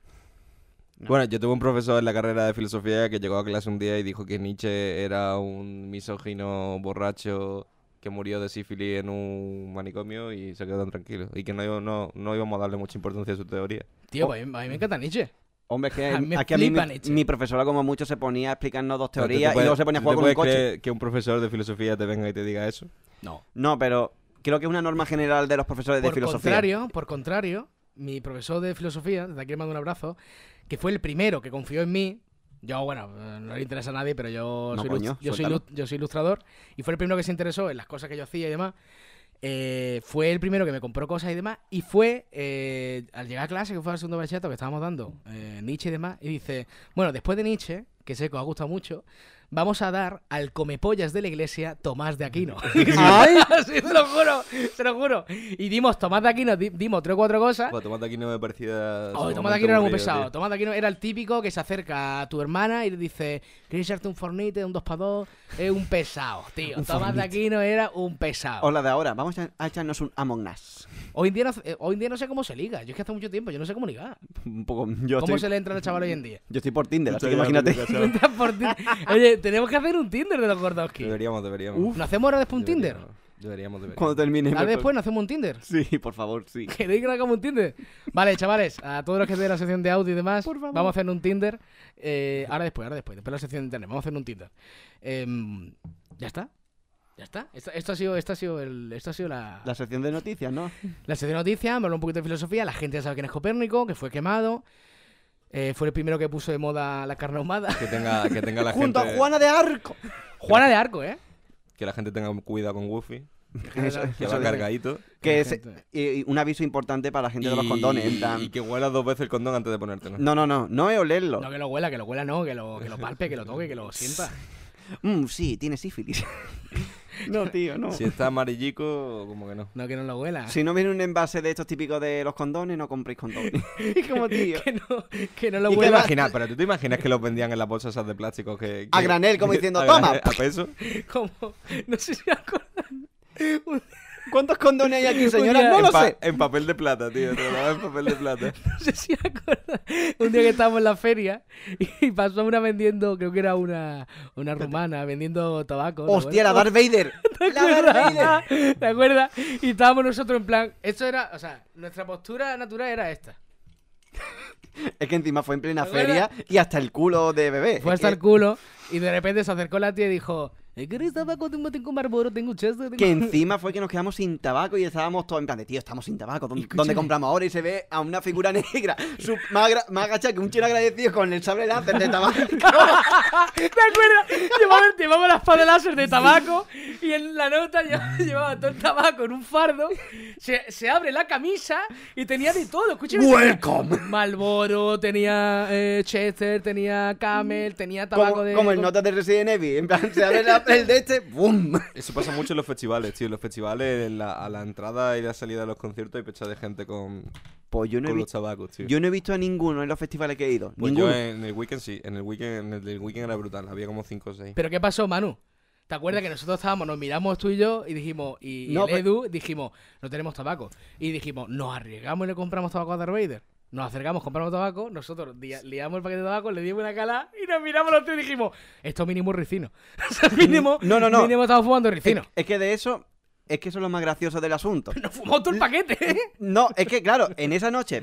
Bueno, yo tuve un profesor en la carrera de filosofía que llegó a clase un día y dijo que Nietzsche era un misógino borracho que murió de sífilis en un manicomio y se quedó tan tranquilo. Y que no, iba- no, no íbamos a darle mucha importancia a su teoría.
Tío, pues a mí, a mí me encanta Nietzsche.
Hombre, es que
A mí me
aquí a mí mi,
flipa Nietzsche.
mi profesora como mucho se ponía a explicarnos dos
Pero tú te
teorías y
puedes-
luego se ponía a
¿tú
jugar
te
con un
puedes
coche.
creer que un profesor de filosofía te venga y te diga eso?
No.
No, pero creo que es una norma general de los profesores de
Por
filosofía.
contrario, por contrario, mi profesor de filosofía, desde aquí le mando un abrazo, que fue el primero que confió en mí. Yo, bueno, eh, no le interesa a nadie, pero yo,
No,
soy, ilus-
coño,
yo, soy,
suéltalo.
ilus- yo soy ilustrador. Y fue el primero que se interesó en las cosas que yo hacía y demás. Eh, fue el primero que me compró cosas y demás. Y fue eh, al llegar a clase, que fue al segundo bachillerato que estábamos dando, eh, Nietzsche y demás. Y dice: Bueno, después de Nietzsche, que sé que os ha gustado mucho, vamos a dar al comepollas de la iglesia Tomás de Aquino.
¡Ay!
Sí, te lo juro, te lo juro. Y dimos, Tomás de Aquino, di- dimos tres o cuatro cosas.
Ah.
Joder, Tomás de Aquino me parecía...
Oh,
sumamente
Tomás de Aquino era muy
aburrido,
pesado.
tío.
Tomás de Aquino era el típico que se acerca a tu hermana y le dice, ¿quieres echarte un fornite, un dos para dos? Es un pesado, tío. Tomás de Aquino era un pesado.
O la de ahora, vamos a, a echarnos un Among Us.
Hoy en, día no, eh, hoy en día no sé cómo se liga. Yo es que hace mucho tiempo, yo no sé cómo ligar.
Un poco, yo,
¿Cómo
estoy,
se le entra al chaval hoy en día?
yo estoy por Tinder, así que
Estoy
imagínate.
ya muy
Entra por Tinder. Oye, tenemos que hacer un Tinder de los Gordowski.
Deberíamos, deberíamos.
¿No hacemos ahora después un Tinder?
Deberíamos, Deberíamos, deberíamos.
Cuando termine.
Ahora
me-
después no hacemos un Tinder.
Sí, por favor, sí.
¿Queréis que lo hagamos un Tinder? Vale, chavales, a todos los que estén en la sección de audio y demás, vamos a hacer un Tinder. Eh, ahora después, ahora después, después de la sección de internet, vamos a hacer un Tinder. Em, ya está. Ya está. Esto, esto ha sido, esto ha sido, el, esto ha sido la,
La sección de noticias, ¿no?
la sección de noticias. Me habló un poquito de filosofía. La gente ya sabe quién es Copérnico, que fue quemado. Eh, fue el primero que puso de moda la carne ahumada.
Que tenga, que tenga la
Junto
gente...
a Juana de Arco.
Juana de Arco, ¿eh?
Que la gente tenga cuidado con Woofy.
Eso-
Que
eso
va
dice.
cargadito.
Que es
Gente.
y- y un aviso importante para la gente de los
Y-
condones. en plan,
Y que huelas dos veces el condón antes de ponértelo.
No, no, no, no es olerlo.
No que lo huela, que lo huela no, que lo, que lo palpe, que lo toque, que lo sienta.
"Mm, sí, tiene sífilis. no, tío, no.
Si está amarillico, como que no.
No, que no lo huela.
Si no viene un envase de estos típicos de los condones, no compréis condones. Es como, tío.
Que no, que no lo
¿Y te
huela.
imaginas? Pero tú te imaginas que los vendían en las bolsas esas de plástico que... que-
A granel, como diciendo,
a granel,
"Toma".
A peso.
Como, no sé si me acuerdan. Un-
¿Cuántos condones hay aquí, señora?
día-
No
en,
lo
pa-
sé.
en papel de plata, tío. Te lo daban en papel de plata.
No sé si me acuerdan. Un día que estábamos en la feria y pasó una vendiendo, creo que era una, una rumana, vendiendo tabaco. ¿te
Hostia, la
acuerdas?
Darth Vader. La Darth Vader.
¿Te acuerdas? Y estábamos nosotros en plan. Esto era, o sea, nuestra postura natural era esta.
Es que encima fue en plena
¿Te acuerdas?
feria y hasta el culo de bebé.
Fue
Es
hasta
que-
el culo y de repente se acercó la tía y dijo: "¿Eh, ¿Quieres tabaco? Tengo, tengo Marlboro, tengo Chester, tengo-".
Que encima fue que nos quedamos sin tabaco y estábamos todos en plan de, tío, estamos sin tabaco, ¿dó- ¿dónde,
Escúchame.
compramos ahora? Y se ve a una figura negra, su- más, agra- más agachada que un chino agradecido con el sable láser de tabaco.
¿Te acuerdas? Llevaba, llevaba la espada láser de tabaco y en la nota llevaba, llevaba todo el tabaco en un fardo. Se, se abre la camisa y tenía de todo. Escúchame.
¡Welcome!
Malboro, tenía eh, Chester, tenía Camel, tenía tabaco
Como,
de.
como el nota de Resident Evil, en plan, se abre la- el de este, ¡boom!
Eso pasa mucho en los festivales, tío. En los festivales, en la- a la entrada y la salida de los conciertos hay pecha de gente con,
Pues yo no, he
con los
visto,
tabacos, tío.
yo no he visto a ninguno en los festivales que he ido.
Pues
ninguno.
yo en el weekend sí. En el weekend, en el, del weekend era brutal. Había como 5 o 6.
Pero ¿qué pasó, Manu? ¿Te acuerdas que nosotros estábamos, nos miramos tú y yo y dijimos, y, y
No,
el
pero-
Edu, dijimos, no tenemos tabaco. Y dijimos, nos arriesgamos y le compramos tabaco a Darth Vader. Nos acercamos, compramos tabaco, nosotros dia- liamos el paquete de tabaco, le dimos una cala y nos miramos los tres y dijimos, esto mínimo es ricino. O sea, mínimo,
Mm, No, no, no.
mínimo estamos fumando
es,
ricino.
es que de eso, es que eso es lo más gracioso del asunto.
Nos fumamos todo el paquete, ¿eh?
No, Mm. es que claro, en esa noche,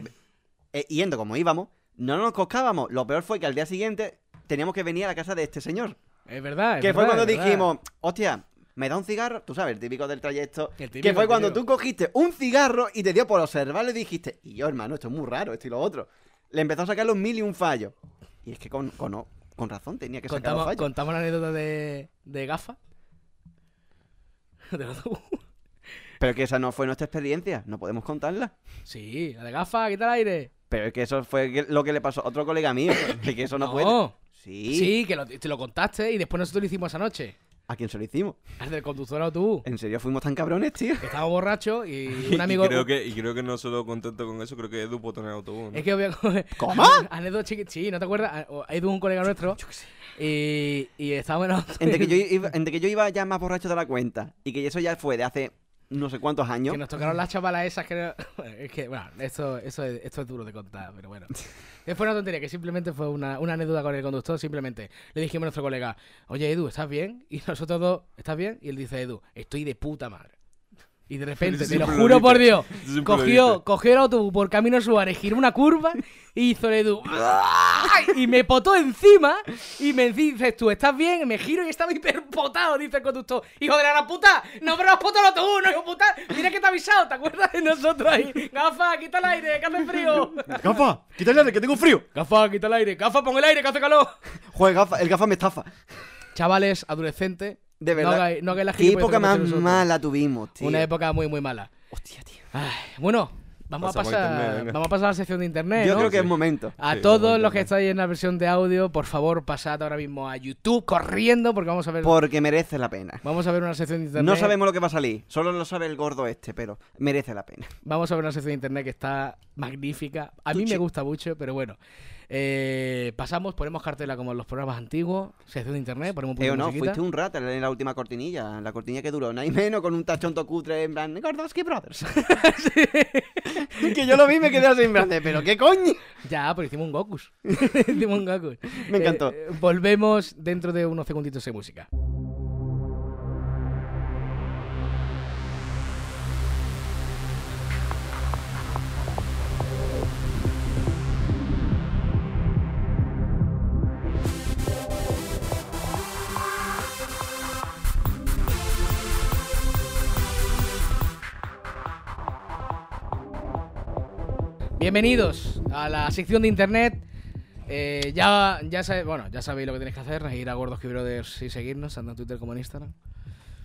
eh, yendo como íbamos, no nos coscábamos. Lo peor fue que al día siguiente teníamos que venir a la casa de este señor.
Es verdad, es
Que fue
verdad,
cuando
es verdad.
dijimos, hostia, ¿me da un cigarro? Tú sabes, el típico del trayecto.
El típico,
que fue
el
cuando
típico.
tú cogiste un cigarro y te dio por observarlo y dijiste, y yo, hermano, esto es muy raro, esto y lo otro. Le empezó a sacar los mil y un fallo. Y es que con, con, con razón tenía que sacar los
Contamos,
fallos.
contamos la anécdota de, de Gafa. De los dos.
Pero que esa no fue nuestra experiencia, no podemos contarla.
Sí, la de Gafa, quita el aire.
Pero es que eso fue que- lo que le pasó a otro colega mío. que que eso no, puede.
No.
Sí.
Sí, que lo, te lo contaste y después nosotros lo hicimos esa noche.
¿A quién se lo hicimos?
Al del conductor o tú.
¿En serio fuimos tan cabrones, tío?
Que estábamos borrachos y
Y-
un amigo.
Y creo que, y creo que no solo contento con eso, creo que Edu botón en el autobús. ¿no?
Es que voy a coger.
¿Cómo?
Anécdota chiqui- Sí, ¿no te acuerdas? A- o- Edu es un colega nuestro. Y, y estábamos en la auto-
Entre que, yo iba, entre que yo iba ya más borracho de la cuenta y que eso ya fue de hace no sé cuántos años.
Que nos tocaron las chavalas esas que. era- Es que, bueno, esto, eso es, esto es duro de contar, pero bueno. Que fue una tontería, que simplemente fue una, una anécdota con el conductor. Simplemente le dijimos a nuestro colega, oye Edu, ¿estás bien? Y nosotros dos, ¿estás bien? Y él dice, Edu, estoy de puta madre. Y de repente, te lo
Siempre lo
juro
dice,
por Dios,
siempre lo dice.
cogió, cogió el autobús por camino a Suárez, giró una curva y hizo el Edu. ¡ay! Y me potó encima y me enci- dices tú, ¿estás bien? Me giro y estaba hiperpotado, dice el conductor. Hijo de la gran puta, no pero has potado el autobús, no hijo puta. Mira que te ha avisado, ¿te acuerdas de nosotros ahí? Gafa, quita el aire, que hace frío.
¡Gafa! ¡Quítale que tengo frío!
Gafa, quita el aire, gafa, pon el aire, que hace calor.
Joder, gafa, el gafa me estafa.
Chavales, adolescentes,
De
No
verdad.
hagáis, no hagáis la
Qué
gilipollas
época
que hemos
más
hecho nosotros.
mala tuvimos, tío.
Una época muy, muy mala.
Hostia, tío.
Ay, bueno, vamos
Pasamos a
a pasar,
internet, venga.
vamos a pasar a la sección de internet,
Yo
¿no?
creo que
Sí.
es momento.
A
Sí, vamos a
todos los
internet.
que estáis en la versión de audio, por favor, pasad ahora mismo a YouTube corriendo porque vamos a ver
Porque merece la pena.
vamos a ver una sección de internet.
No sabemos lo que va a salir. Solo lo sabe el gordo este, pero merece la pena.
Vamos a ver una sección de internet que está magnífica. A mí
Tuchi.
me gusta mucho, pero bueno. Eh, pasamos, ponemos cartela como en los programas antiguos, sección de internet, ponemos un poquito de
Pero Eh, no,
musiquita.
fuiste un rato en la última cortinilla. La cortinilla que duró nada y menos con un tachonto cutre en plan Gordowski Brothers. que yo lo vi y me quedé así en plan de, pero qué coño.
Ya, pero hicimos un Gokus. hicimos un Gokus.
Me encantó.
Eh, volvemos dentro de unos segunditos de música. Bienvenidos a la sección de internet. Eh, ya, ya sabe- bueno, ya sabéis lo que tenéis que hacer, ir a Gordos Brothers y seguirnos, tanto en Twitter como en Instagram.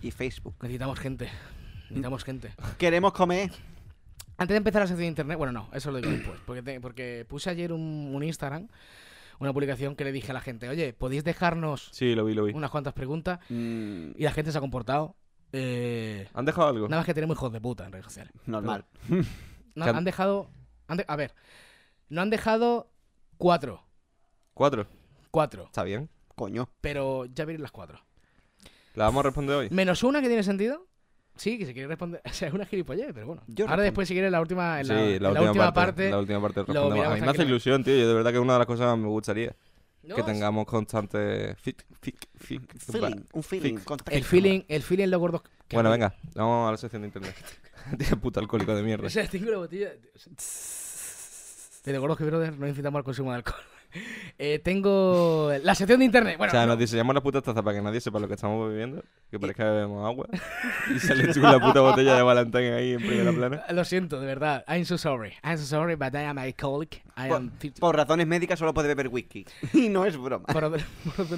Y Facebook.
Necesitamos gente. Necesitamos gente.
Queremos comer.
Antes de empezar la sección de internet, bueno, no, eso lo digo después, porque, te- porque puse ayer un, un Instagram, una publicación que le dije a la gente, oye, ¿podéis dejarnos
Sí, lo vi, lo vi.
unas cuantas preguntas?
Mm,
Y la gente se ha comportado. eh,
¿Han dejado algo?
nada más que tenemos hijos de puta en redes sociales.
normal.
No,
Que han-
han dejado. han de- a ver, no han dejado cuatro.
¿Cuatro?
Cuatro.
Está bien.
Coño.
Pero ya vienen las cuatro.
¿La vamos a responder hoy?
Menos una que tiene sentido. Sí, que se quiere responder. O sea, es una gilipollez, pero bueno.
Yo
Ahora
respondo.
después, si quieres, la última, en la,
sí,
en la última parte.
La última parte
lo
respondemos.
miramos
A mí me hace
tranquilamente.
ilusión, tío. Yo de verdad que es una de las cosas que me gustaría.
No,
que tengamos constante fit, fit, fit,
Feeling, un feeling.
Fix.
contacto.
El feeling, el feeling, los gordos. que
Bueno,
hacen.
venga, vamos a la sección de internet. Tío, puto alcohólico de mierda.
O sea, tengo la botella. Desde Gordos que Brothers no incitamos al consumo de alcohol. Eh, tengo la sección de internet.
O
Bueno,
sea,
no.
nos diseñamos las putas tazas para que nadie sepa lo que estamos bebiendo, que parezca que bebemos agua. Y sale tú con la puta botella de Valentine ahí en primera plana.
lo siento, de verdad. I'm so sorry. I'm so sorry, but I am alcoholic. I
Por,
am fit-
por razones médicas solo puede beber whisky. Y no es broma.
por otro- por otro-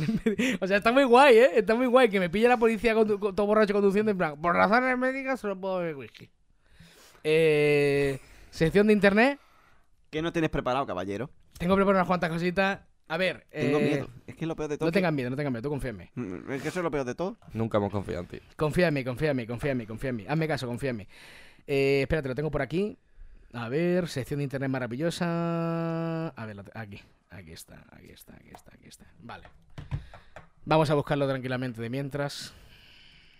o sea, está muy guay, ¿eh? Está muy guay que me pille la policía condu- con- todo borracho conduciendo en plan. Por razones médicas solo puedo beber whisky. Eh, sección de internet.
¿Qué no tienes preparado, caballero?
Tengo preparado unas cuantas cositas. A ver.
Tengo
eh,
miedo. Es que es lo peor de todo.
No
que-
tengas miedo, no tengas miedo, tú confía en mí.
Mm, Es que eso es lo peor de todo.
Nunca hemos confiado en ti.
Confía en mí, confía en mí, confía en mí, confía en mí. Hazme caso, confía en mí. Eh, espérate, lo tengo por aquí. A ver, sección de internet maravillosa. A ver, la te- aquí. Aquí está, aquí está, aquí está, aquí está. Vale. Vamos a buscarlo tranquilamente de mientras.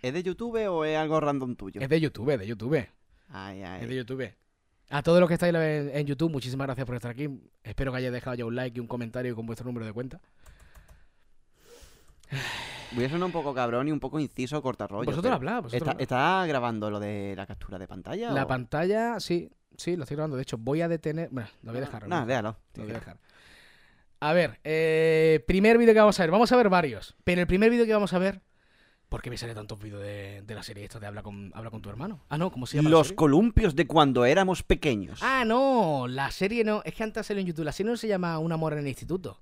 ¿Es de YouTube o es algo random tuyo?
Es de YouTube, de YouTube.
Ay,
Es de
ay.
YouTube. A todos los que estáis en en YouTube, muchísimas gracias por estar aquí. Espero que hayáis dejado ya un like y un comentario con vuestro número de cuenta.
Voy a sonar un poco cabrón y un poco inciso cortarrollo.
vosotros
pero-
hablad, vosotros
Oh, ¿Está,
hablad.
está grabando lo de la captura de pantalla?
La
o-
pantalla, sí, sí, lo estoy grabando. De hecho, voy a detener. Bueno, lo voy a dejar.
No, no,
¿no?
déjalo.
Lo voy a dejar. A ver, eh, primer vídeo que vamos a ver. Vamos a ver varios. Pero el primer vídeo que vamos a ver. ¿Por qué me sale tantos vídeos de, de la serie esta de habla con, habla con tu hermano? Ah, no, ¿cómo se llama? la
Los
serie?
columpios de cuando éramos pequeños.
Ah, no, la serie no. Es que antes salió en YouTube. La serie no se llama Un amor en el instituto.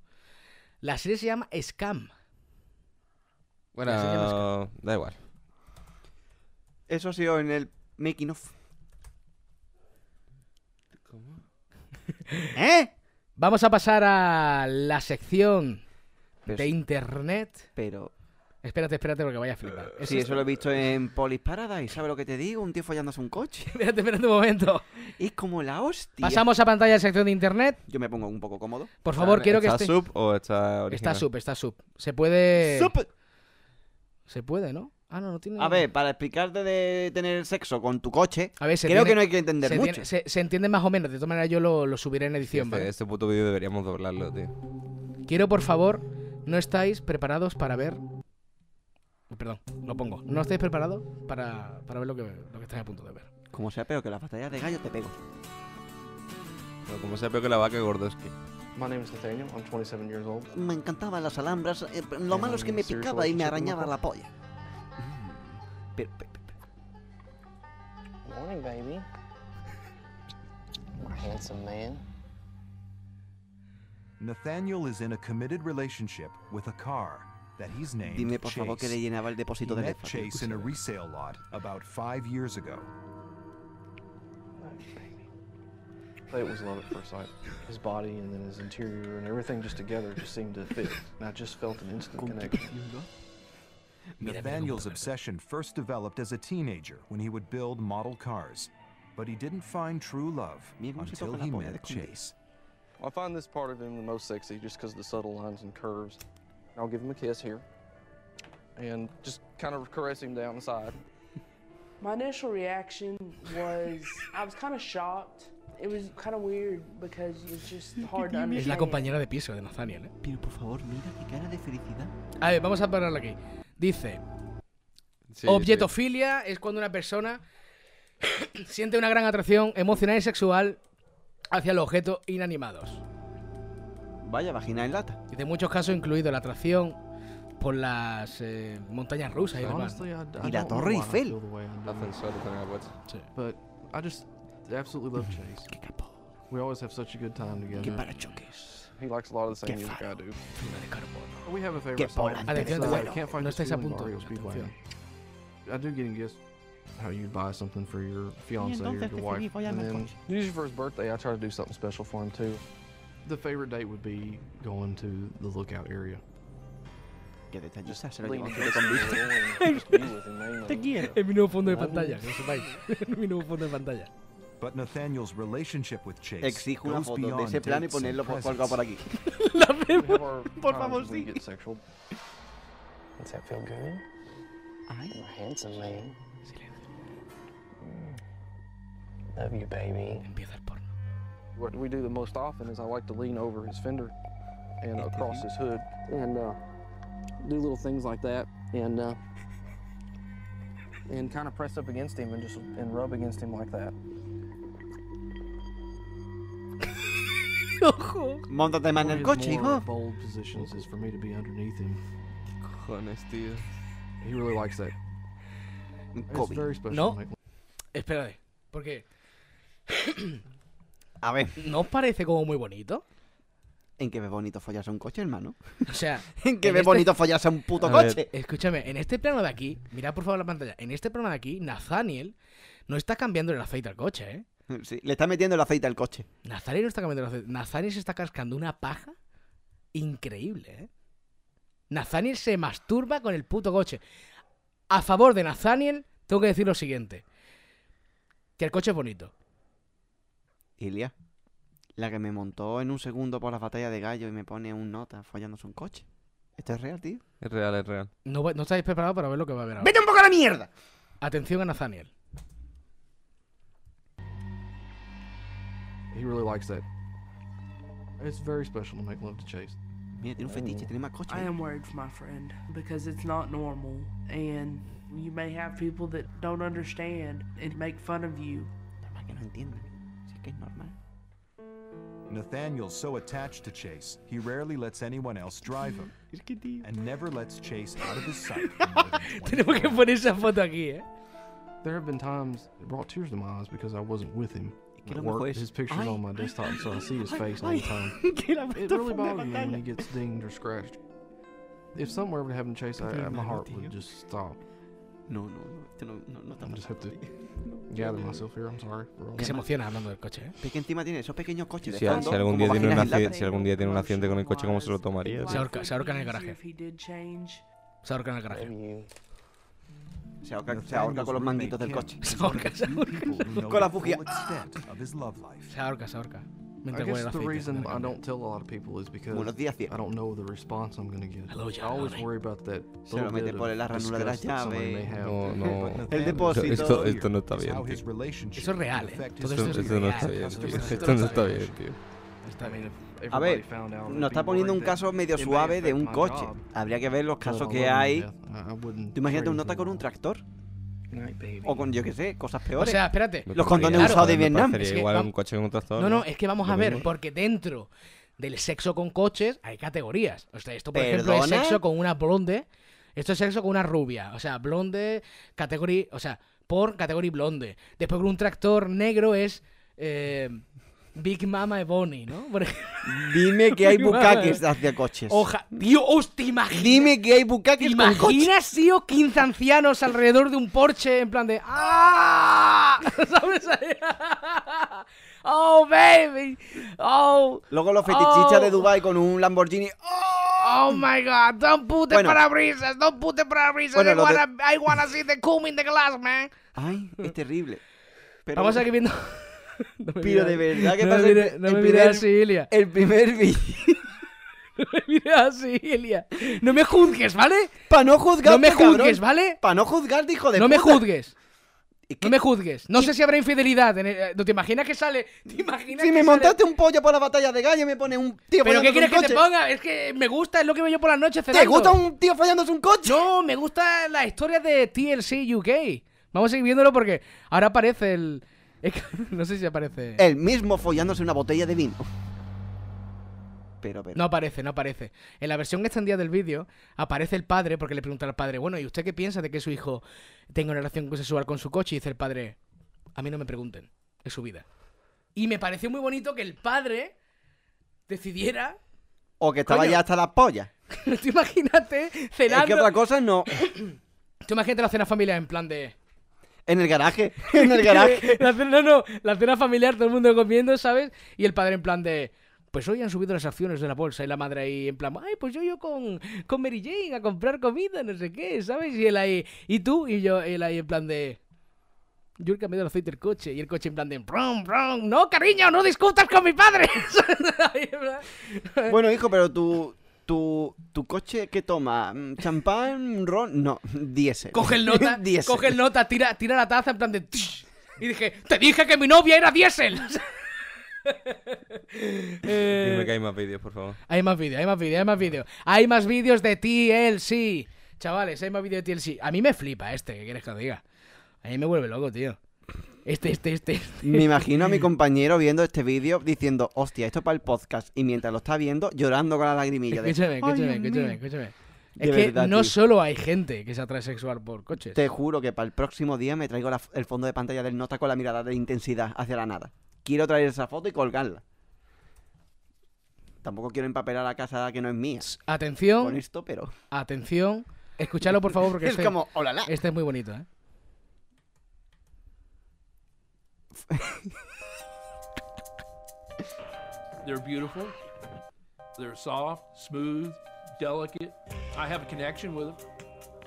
La serie se llama Scam. Ya se llama
Bueno, da igual.
Eso ha sido en el making of. ¿Eh?
Vamos a pasar a la sección
Pero,
de internet.
pero-
Espérate, espérate, porque vaya a flipar.
sí, eso lo he visto en Police Paradise. ¿Sabes lo que te digo? Un tío follándose un coche.
Espérate, espérate un momento.
Es como la hostia.
Pasamos a pantalla de sección de internet.
Yo me pongo un poco cómodo.
Por favor, quiero que
¿Está
esté...
sub o está
Está
original?
sub, está sub. Se puede.
Sup.
Se puede, ¿no? Ah, no, no tiene.
A ver, para explicarte de tener sexo con tu coche,
A ver, se
creo
tiene-
que no hay que entender
se,
mucho.
tiene- se- se entiende más o menos. De todas maneras, yo lo, lo subiré en edición,
Este,
¿vale?
este puto vídeo deberíamos doblarlo, tío.
Quiero, por favor, no estáis preparados para ver. Uy, Perdón, lo pongo. No estáis preparados para, para ver lo que, lo que estáis a punto de ver.
Como sea, pero que las batallas de gallo te pego.
Pero como sea peor que la vaca Gordoski.
My name is Nathaniel. I'm 27 years old.
Me encantaban las alhambras. eh, Lo malo es que me picaba y me arañaba la polla. Mm. Pero- pero-
Morning, baby. My handsome man.
Nathaniel is in a committed relationship with a car that he's named
Dime por
Chase.
favor que le llenaba el
he
depósito del
met
espacio.
Chase in a resale lot about five years ago.
I thought it was love at first sight. His body and then his interior and everything just together just seemed to fit. And I just felt an instant connection.
Nathaniel's obsession first developed as a teenager when he would build model cars, but he didn't find true love
Mira cómo se
until
toca la
he
polla de
met
escondido.
Chase.
I find this part of him the most sexy just because of the subtle lines and curves. I'll give him a kiss here and just kind of caress him down the side.
My initial reaction was I was kind of shocked. It was kind of weird because it's just hard to understand.
Es la compañera de piso de Nathaniel, ¿eh?
Pero por favor, mira qué cara de felicidad.
A ver, vamos a pararlo aquí. Dice:
Sí, sí.
Objetofilia es cuando una persona siente una gran atracción emocional y sexual hacia los objetos inanimados.
Vaya, vagina en lata.
Y de muchos casos, incluido la atracción por las eh, montañas rusas y demás.
Honestly, I, I
Y
don't
la
know
Torre
why I
Eiffel.
feel the way I do.
Ascensores también puesto.
But I just absolutely love Chase. We always have such a good time
Qué
together.
parachoques.
He likes a lot of the same music I do.
Fibra de carbono.
We have a favorite song.
volante
It's,
de
uh,
vuelo.
Can't Fight
No
This
estáis a
Feeling,
punto.
Mario Speedwagon.
Atención.
I do get in guess how you buy something for your fiance or your wife. And then, usually for his birthday, I try to do something special for him too. the favorite date would be going to the lookout area.
Que detallista se lo
Lean
llevó
against
con
the
Víctor.
wall and just be with him, mainly.
Es mi nuevo fondo de pantalla, que lo sepáis. Es mi nuevo fondo de pantalla.
But Nathaniel's relationship with Chase
Exijo una
goes
foto de
beyond
ese plan y
dates and
ponerlo por- colgado por
presents.
aquí.
We have our times
favor,
when we
sí.
get sexual.
Does that feel good? I'm a handsome man. Love you, baby.
Empieza el porno.
What we do the most often is I like to lean over his fender and across his hood and uh, do little things like that and uh, and kind of press up against him and just and rub against him like that.
¡Ojo!
Móntate más en el coche, hijo.
bold positions is for me to be underneath him.
Cojones, tío.
He really likes that.
Un
It's
Kobe.
very special.
No.
mate.
Espérate, porque
A ver,
¿no os parece como muy bonito?
¿en qué ve bonito follarse un coche, hermano?
O sea,
¿En qué
en
ve
este-
bonito follarse un puto
A
coche?
Escúchame, en este plano de aquí, mirad por favor la pantalla, en este plano de aquí, Nathaniel no está cambiando el aceite al coche, ¿eh?
Sí, le está metiendo el aceite al coche.
Nathaniel no está cambiando el aceite. Nathaniel se está cascando una paja increíble, ¿eh? Nathaniel se masturba con el puto coche. A favor de Nathaniel, tengo que decir lo siguiente. Que el coche es bonito.
Ilia, la que me montó en un segundo por las batallas de gallo y me pone un nota follándose un coche. Esto es real, tío.
Es real, es real.
No, va- no estáis preparados para ver lo que va a haber ahora.
¡Vete un poco a la mierda!
Atención a Nathaniel.
He really likes that. It's very special to make love to Chase.
Mira, tiene un fetiche, tiene más coches.
I am worried for my friend because it's not normal, and you may have people that don't understand and make fun of you.
Normal que no entiendan. Si es que es normal.
Nathaniel's so attached to Chase, he rarely lets anyone else drive him. and never lets Chase out of his sight. for more than 24
Tenemos que poner esa foto aquí, ¿eh?
There have been times it brought tears to my eyes because I wasn't with him.
que
At
no me
work,
juegues.
his picture's
Ay,
on my desktop, so I see his face all the time. It really bothers me when he gets dinged or scratched. If something were ever to happen to Chase, I, I- my heart would just stop.
No, no, no. Esto no, no, no está
I just
pasando,
have to
tío.
gather myself here. I'm sorry. for all
Que se
that.
emociona hablando del coche, ¿eh?
Pero Es que encima tiene esos pequeños coches de
Si,
fondo,
si algún
como
día tiene un
vaginas
una
agiladas.
accidente, si algún día tiene un accidente con el coche, ¿cómo se lo tomaría?
Life
Se ahorca- se
would
ahorca en
be
el
easier
garaje.
If he did change,
Se ahorca en el
Mm.
Love
garaje.
you.
Se ahorca, se ahorca con los manguitos del coche.
Nathaniel's
Se ahorca,
roommate, Ken,
se
is one of the few people who know
Con la
the full
bujía.
extent of his love life.
Se ahorca, se ahorca.
I
Mientras huele
guess
el
the
aceite,
reason
mientras
I
cambia.
don't tell a lot of people is because
Buenos días, cielo.
I don't know the response I'm going to get.
Hello,
I always
Johnny.
worry about that
Se lo
little
mete
bit
por
of
la ranura de las
disgust that somebody may
llaves.
have.
No, no.
But
El
Nathaniel's
depósito.
Esto-
fear
esto no está
is
bien,
how
tío.
his relationship
Eso es real, ¿eh?
affect
Todo
his
esto
Esto,
es
esto no
real.
está bien,
Esto
tío.
no
Esto no está bien, tío.
Está bien.
A ver, nos está poniendo un caso medio suave de un coche. Habría que ver los casos que hay. Tú imagínate un nota con un tractor.
Night, baby.
O con, yo qué sé, cosas
O
peores.
sea, espérate.
Me
Los condones
parecería-
usados de
me
Vietnam.
parecería
Es que
igual
va-
un coche que un tractor.
No, no, es que vamos
Lo
a ver,
mismo.
porque dentro del sexo con coches hay categorías. O sea, esto, por ejemplo, es
¿Perdona?
sexo con una blonde. Esto es sexo con una rubia. O sea, blonde, categoría. O sea, por categoría blonde. Después con un tractor negro es. eh, Big Mama Ebony, ¿no? Por ejemplo,
Dime que hay
Mi madre.
bucaques hacia coches.
Oja. Tío, hostia, imagina.
Dime que hay
¿Te
bucaques con coches.
imaginas, tío, 15 ancianos alrededor de un porche en plan de ¡Ah! ¿Sabes? ¡Oh, baby! ¡Oh!
Luego los fetichistas de
Oh.
Dubai con un Lamborghini.
¡Oh, my God! ¡Don't put the
Bueno.
parabrisas! ¡Don't put the parabrisas!
Bueno,
I,
lo de-
wanna, I wanna see the cum in the glass, man!
Ay, es terrible. Pero,
Vamos aquí viendo... No me mires-
Pero de verdad que
no me
pasa el-
mires- No
el
me
primer-
mires así, Ilia.
el primer vídeo.
No me mires así, Ilia. No me juzgues, ¿vale?
Para no juzgar.
No me juzgues, ¿vale?
Para no juzgarte, hijo de
No
puta.
me juzgues.
Es que
No me juzgues. No sé si habrá infidelidad. en el- eh, ¿No te imaginas que sale? ¿Te imaginas
Si
que sale-
me montaste un pollo por la batalla de gallo y me pones un tío
¿Pero qué
follándose
quieres que
un
te
coche.
ponga? Es que me gusta, es lo que veo yo por las noches
¿Te
cenando.
gusta un tío fallándose un coche?
No, me gusta la historia de TLC UK. Vamos a seguir viéndolo porque ahora aparece el... es que no sé si aparece...
El mismo follándose una botella de vino. Pero, pero.
No aparece, no aparece. En la versión extendida del vídeo aparece el padre porque le pregunta al padre, bueno, ¿y usted qué piensa de que su hijo tenga una relación sexual con su coche? Y dice el padre, a mí no me pregunten, es su vida. Y me pareció muy bonito que el padre decidiera...
O que estaba
Coño.
ya hasta las pollas.
Tú imagínate
Es
cenando...
que otra cosa no.
Tú imagínate la cena familiar en plan de...
En el garaje. En el garaje.
La cena, no, no, la cena familiar, todo el mundo comiendo, ¿sabes? Y el padre en plan de... pues hoy han subido las acciones de la bolsa y la madre ahí en plan, ay, pues yo yo con, con Mary Jane a comprar comida, no sé qué, ¿sabes? Y él ahí, y tú, y yo, él ahí en plan de... Yo he cambiado el aceite del coche y el coche en plan de... "Brum, brum, no, cariño, no discutas con mi padre.
Bueno, hijo, pero tu, tu, tu coche, ¿qué toma? Mm, ¿Champán? ¿Ron? No, diésel.
coge el nota,
Diésel.
coge el nota, tira, tira la taza en plan de... "Tsh". Y dije, te dije que mi novia era diésel. Eh,
Dime que hay más vídeos, por favor.
Hay más vídeos, hay más vídeos, hay más vídeos. Hay más vídeos de TLC. Chavales, hay más vídeos de TLC. A mí me flipa este, ¿qué quieres que os diga? A mí me vuelve loco, tío. Este, este, este. este.
Me imagino a mi compañero viendo este vídeo diciendo, hostia, esto es para el podcast. Y mientras lo está viendo, llorando con la lagrimilla. De,
Escúchame,
"Ay,
escúchame,
Dios
escúchame,
mío".
escúchame.
De
Es que
verdad,
no
tío.
solo hay gente que se atrae sexual por coches.
Te juro que para el próximo día me traigo la- el fondo de pantalla del nota con la mirada de intensidad hacia la nada. Quiero traer esa foto y colgarla. Tampoco quiero empapelar la casa que no es mía con
Atención,
esto, pero.
atención. Escuchadlo, por favor, porque
Es
este,
como, hola,
este es muy bonito, ¿eh?
They're beautiful. They're soft, smooth, delicate. I have a connection with them.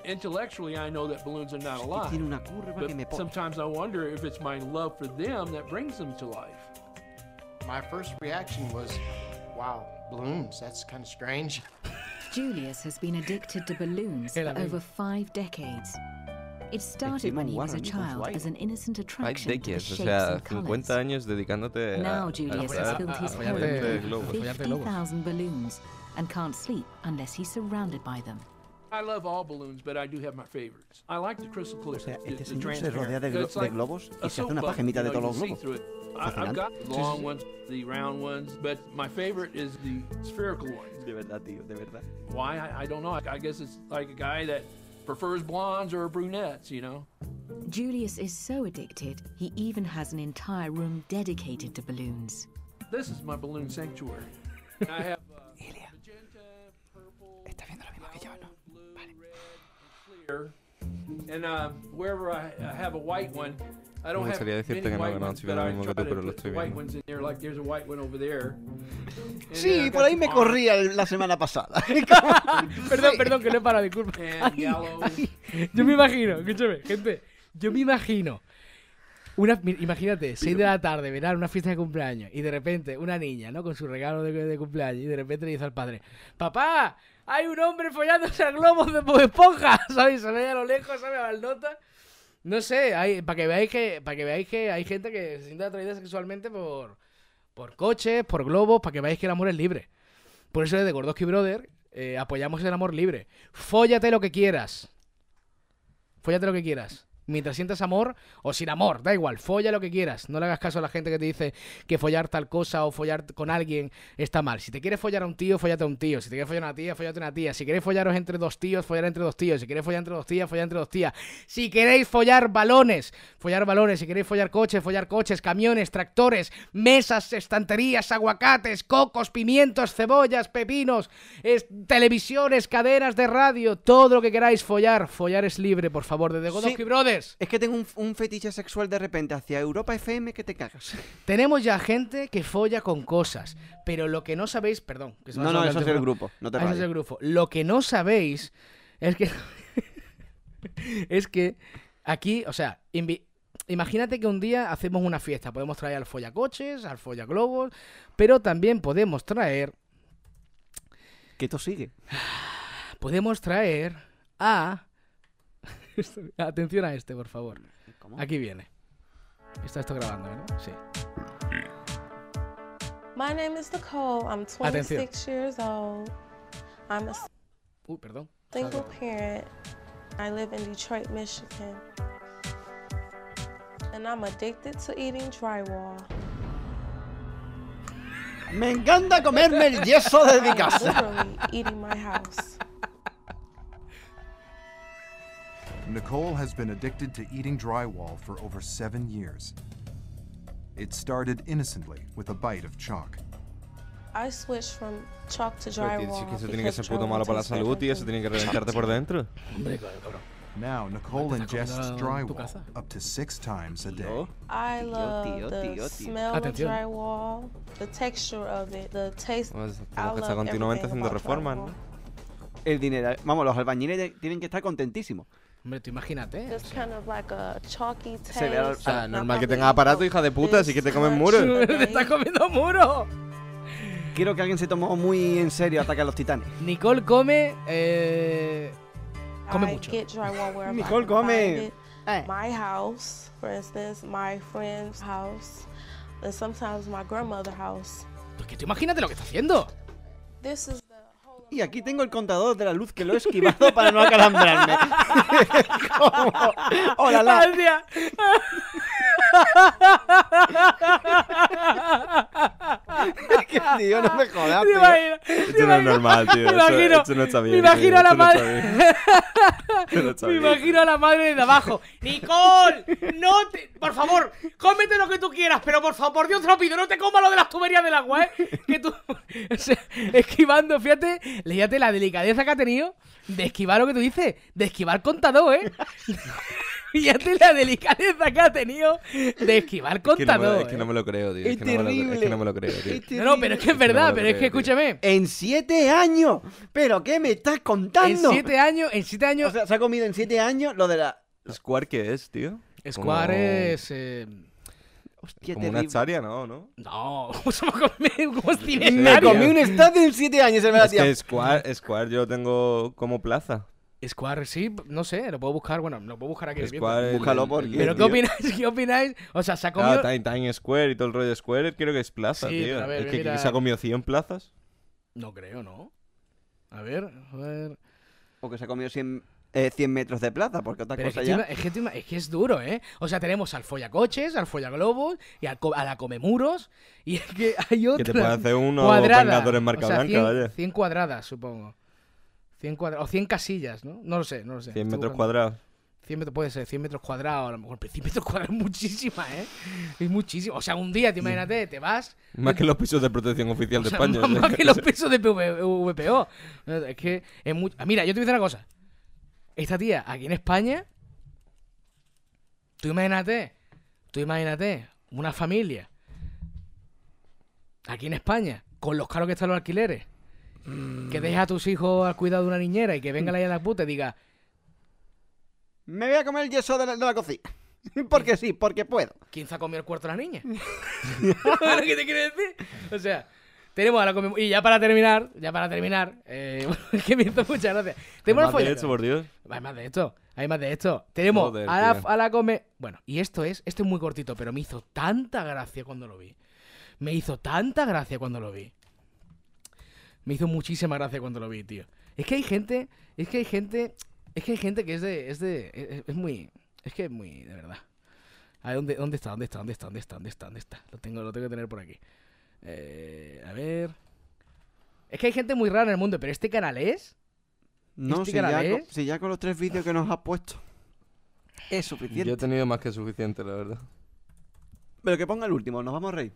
Intellectually, I know that balloons are not alive.
Tiene una curva que me
But
pone.
sometimes I wonder if it's my love for them that brings them to life.
My first reaction was, wow, balloons, that's kind of strange.
Julius has been addicted to balloons
El
for
amigo.
over five decades. It started when he was a
guarda, amigo,
child
guay.
as an innocent
Hay
attraction to the
decades, o
shapes
sea,
and
50
colors.
años dedicándote a,
Now Julius has
a-
filled
a-
his
a
home
follarte
follarte
de
with
globos.
globo. Follarte de globos.
50,000 balloons and can't sleep unless he's surrounded by them.
I love all balloons, but I do have my favorites. I like the crystal clear.
sea,
the-
este
the
señor se
transparent.
rodea de glo-
It's like
de globos
a
y se hace
soap
una paja en
bubble,
mitad de
you know,
todos
you
los
can see
globos.
through it. I,
Fascinante.
I've got the long ones, the round ones, but my favorite is the spherical ones.
De verdad, tío, de verdad.
Why? I, I don't know. I, I guess it's like a guy that prefers blondes or brunettes, you know?
Julius is so addicted, he even has an entire room dedicated to balloons.
This is my balloon sanctuary. I have uh, magenta, purple, yellow, blue, red, and clear. And uh, wherever I, I have a white one, I don't
Me
have
gustaría
many
decirte que no,
white
que no,
ones,
si fuera
but
lo
I
mismo que
try
tú,
to
pero lo
put the
estoy
white
viendo.
ones in there, like there's a white one over there. And, uh,
Sí,
I've
por
got
ahí
some
me
orange
corría el- la semana pasada.
Perdón, perdón, que no he parado, disculpa.
And yellow.
Yo me imagino, escúchame, gente. Yo me imagino. Una, mi- imagínate, 6 de la tarde, verán una fiesta de cumpleaños y de repente una niña, ¿no? Con su regalo de, de cumpleaños y de repente le dice al padre, papá, hay un hombre follándose al globo de Bob Esponja, ¿sabes? Se ve a lo lejos, ¿sabes? Al nota. No sé, hay, para que veáis que para que veáis que hay gente que se siente atraída sexualmente por, por coches, por globos, para que veáis que el amor es libre. Por eso desde Gordoski Brother eh, apoyamos el amor libre. Fóllate lo que quieras. Fóllate lo que quieras. Mientras sientas amor o sin amor, da igual, folla lo que quieras. No le hagas caso a la gente que te dice que follar tal cosa o follar con alguien está mal. Si te quieres follar a un tío, follate a un tío. Si te quieres follar a una tía, follate a una tía. Si quieres follaros entre dos tíos, follar entre dos tíos. Si quieres follar entre dos tías, follar entre dos tías. Si queréis follar balones, follar balones. Si queréis follar coches, follar coches, camiones, tractores, mesas, estanterías, aguacates, cocos, pimientos, cebollas, pepinos, es- televisiones, cadenas de radio, todo lo que queráis follar. Follar es libre, por favor, de The Godowski
Sí.
Brothers.
Es que tengo un, un fetiche sexual de repente hacia Europa FM que te cagas.
Tenemos ya gente que folla con cosas, pero lo que no sabéis, perdón, que se me ha
No, no,
sonado
eso es el
teléfono.
grupo. No te
Ah, ese es el
rayes.
grupo. Lo que no sabéis es que. es que aquí, o sea, invi- imagínate que un día hacemos una fiesta. Podemos traer al follacoches, al follaglobos, pero también podemos traer.
Que esto sigue.
Podemos traer a. Atención a este, por favor.
¿Cómo?
Aquí viene. Está esto grabando, ¿verdad? Sí.
My name is Nicole. I'm 26 years old. I'm a
Uy, perdón.
single parent. I live in Detroit, Michigan. And I'm addicted to eating drywall.
Me encanta comerme el yeso de mi
I'm
casa.
literally eating my house.
Nicole has been addicted to eating drywall for over seven years. It started innocently with a bite of chalk.
I switched from chalk to
Pero tío, si es
drywall
que eso tiene que
because
ser puto malo
drywall
para la
tastes
salud,
better
tío. Eso
than-
tiene que reventarte por dentro.
Now, Nicole ingests
comiendo en tu
drywall up to six times a
Oh,
day.
I
Tío,
love
tío,
the
tío, tío.
smell of
Atención.
drywall, the texture of it, the taste.
Pues,
I
tenemos que estar
love
continuamente
everything
haciendo
about
reformas,
drywall.
¿no?
El dinero. Vamos, los albañiles de- tienen que estar contentísimos.
Hombre, tú imagínate. ¿eh?
Just kind of like a chalky taste.
Se ve al-
O sea, normal que tengas aparato, hija de puta, así que te comen muros.
¡Te estás comiendo muro!
Quiero que alguien se tomó muy en serio Ataque a los Titanes.
Nicole come. eh, come
I
mucho.
get drywall wherever
Nicole
I can find
Gomez.
it. My house, for instance, my friend's house, and sometimes my grandmother's house.
Que tú imagínate lo que está haciendo.
This is
Y aquí tengo el contador de la luz que lo he esquivado para no acalambrarme. ¿Cómo? ¡Hola, la!
Hostia.
que, tío, no me jodas,
Te
tío.
imagino-
Esto
te
no es
imagino-
normal, tío.
me
Esto-
imagino-
esto no está bien,
Me imagino
tío.
a la
Esto no está
madre.
bien. Esto no está
me
bien.
imagino a la madre de abajo. ¡Nicole! ¡No te. Por favor, cómete lo que tú quieras, pero por favor, por Dios te lo pido, no te comas lo de las tuberías del agua, ¿eh? Que tú. o sea, esquivando, fíjate, fíjate la delicadeza que ha tenido de esquivar lo que tú dices, de esquivar contador, ¿eh? Fíjate la delicadeza que ha tenido de esquivar
Es que no me-
contador.
es que no me lo creo, tío.
eh. Es
Es, que no me lo cre- es que no me lo creo, tío.
No, no, pero es que es verdad, pero es que escúchame.
este En siete años. ¿Pero qué me estás contando?
En siete años, en siete años.
O sea, se ha comido en siete años lo de la.
¿Square qué es, tío?
Square
Como-
es. eh,
Hostia,
Como una
terrible.
hectárea, ¿no? ¿No?
No, se me comió un hostilero.
Me
Sí,
comí
tío.
un estadio en siete años, se me la
Es
tía.
que Square, Square yo lo tengo como plaza.
Square, sí, no sé, lo puedo buscar, bueno, lo puedo buscar aquí.
Square,
mientras.
el- Búscalo el- por el-
Pero
el-
¿qué opináis? ¿Qué opináis? O sea, se ha comido...
Ah, Time, Time Square y todo el rollo de Square, creo que es plaza,
Sí, pero
tío.
a ver,
es que
mira-
se ha comido 100 plazas.
No creo, ¿no? A ver, a ver...
O que se ha comido 100, eh, 100 metros de plaza, porque otra
Pero es,
cosa
que
ya.
encima- es, que encima- es que es duro, ¿eh? O sea, tenemos al follacoches, al follaglobos y al co- a la comemuros. Y es que hay otra.
te puede hacer uno
cuadrada.
pangador en marca
o sea,
blanca,
100,
vaya.
100 cuadradas, supongo. 100 cuadra- O 100 casillas, ¿no? No lo sé, no lo sé.
100
Estoy
metros
buscando.
cuadrados.
100 metros, puede ser, 100 metros cuadrados, a lo mejor, pero 100 metros cuadrados es muchísima, ¿eh? Es muchísimo. O sea, un día, te imagínate, te vas,
Más que los pisos de protección oficial
o sea,
Mm. de España.
más,
o sea,
más que los pesos de PV VPO. Es que es mucho. Mira, yo te voy a decir una cosa. Esta tía, aquí en España, tú imagínate, tú imagínate, una familia, aquí en España, con los caros que están los alquileres,
Mm.
que deja a tus hijos al cuidado de una niñera y que venga la hija de la puta y diga,
Me voy a comer el yeso de la, de la cocina. Porque sí, porque puedo.
¿quién se ha comido el cuarto de la niña? ¿Sabes ¿Qué te quiere decir? O sea, tenemos a la comi- Y ya para terminar, ya para terminar, eh, que me hizo muchas gracias. Tenemos la
más de
follaca.
hecho, por Dios.
Hay más de esto, hay más de esto. Tenemos
Joder,
a, la,
tío.
a la come. Bueno, y esto es, esto es muy cortito, pero me hizo tanta gracia cuando lo vi. Me hizo tanta gracia cuando lo vi. Me hizo muchísima gracia cuando lo vi, tío. Es que hay gente, es que hay gente, es que hay gente que es de, es de, es, es muy, es que es muy, de verdad. A ver, ¿dónde, dónde está? ¿Dónde está? ¿Dónde está? ¿Dónde está? ¿Dónde está? ¿Dónde está? Lo tengo, lo tengo que tener por aquí. Eh, a ver. Es que hay gente muy rara en el mundo, pero este canal es.
No,
¿Este
si ya,
canal
con,
es?
si ya con los tres vídeos que nos has puesto es
Yo
suficiente.
he tenido más que suficiente, la verdad.
Pero que ponga el último, nos vamos a reír.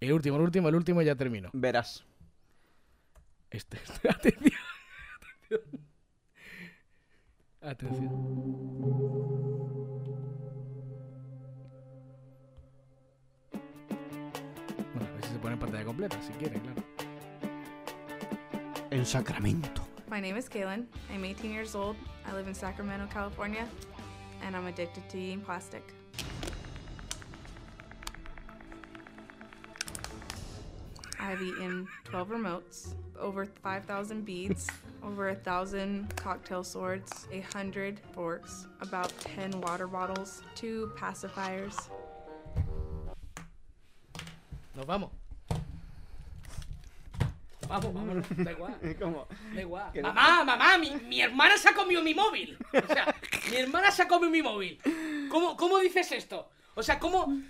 El último, el último, el último y ya termino.
Verás.
Este, este- atención. Atención. Bueno, a ver si se pone en pantalla completa, si quiere, claro.
En Sacramento.
My name is Kaylin. I'm 18 years old. I live in Sacramento, California, and I'm addicted to eating plastic. I've eaten 12 remotes, over 5,000 beads, over 1,000 cocktail swords, 100 forks, about 10 water bottles, two pacifiers,
Nos vamos. Vamos, vámonos. Da igual. Da igual.
que no-
Mamá, mamá, mi, mi hermana se ha comido mi móvil. O sea, mi hermana se ha comido mi móvil. ¿Cómo, cómo dices esto? O sea, ¿cómo,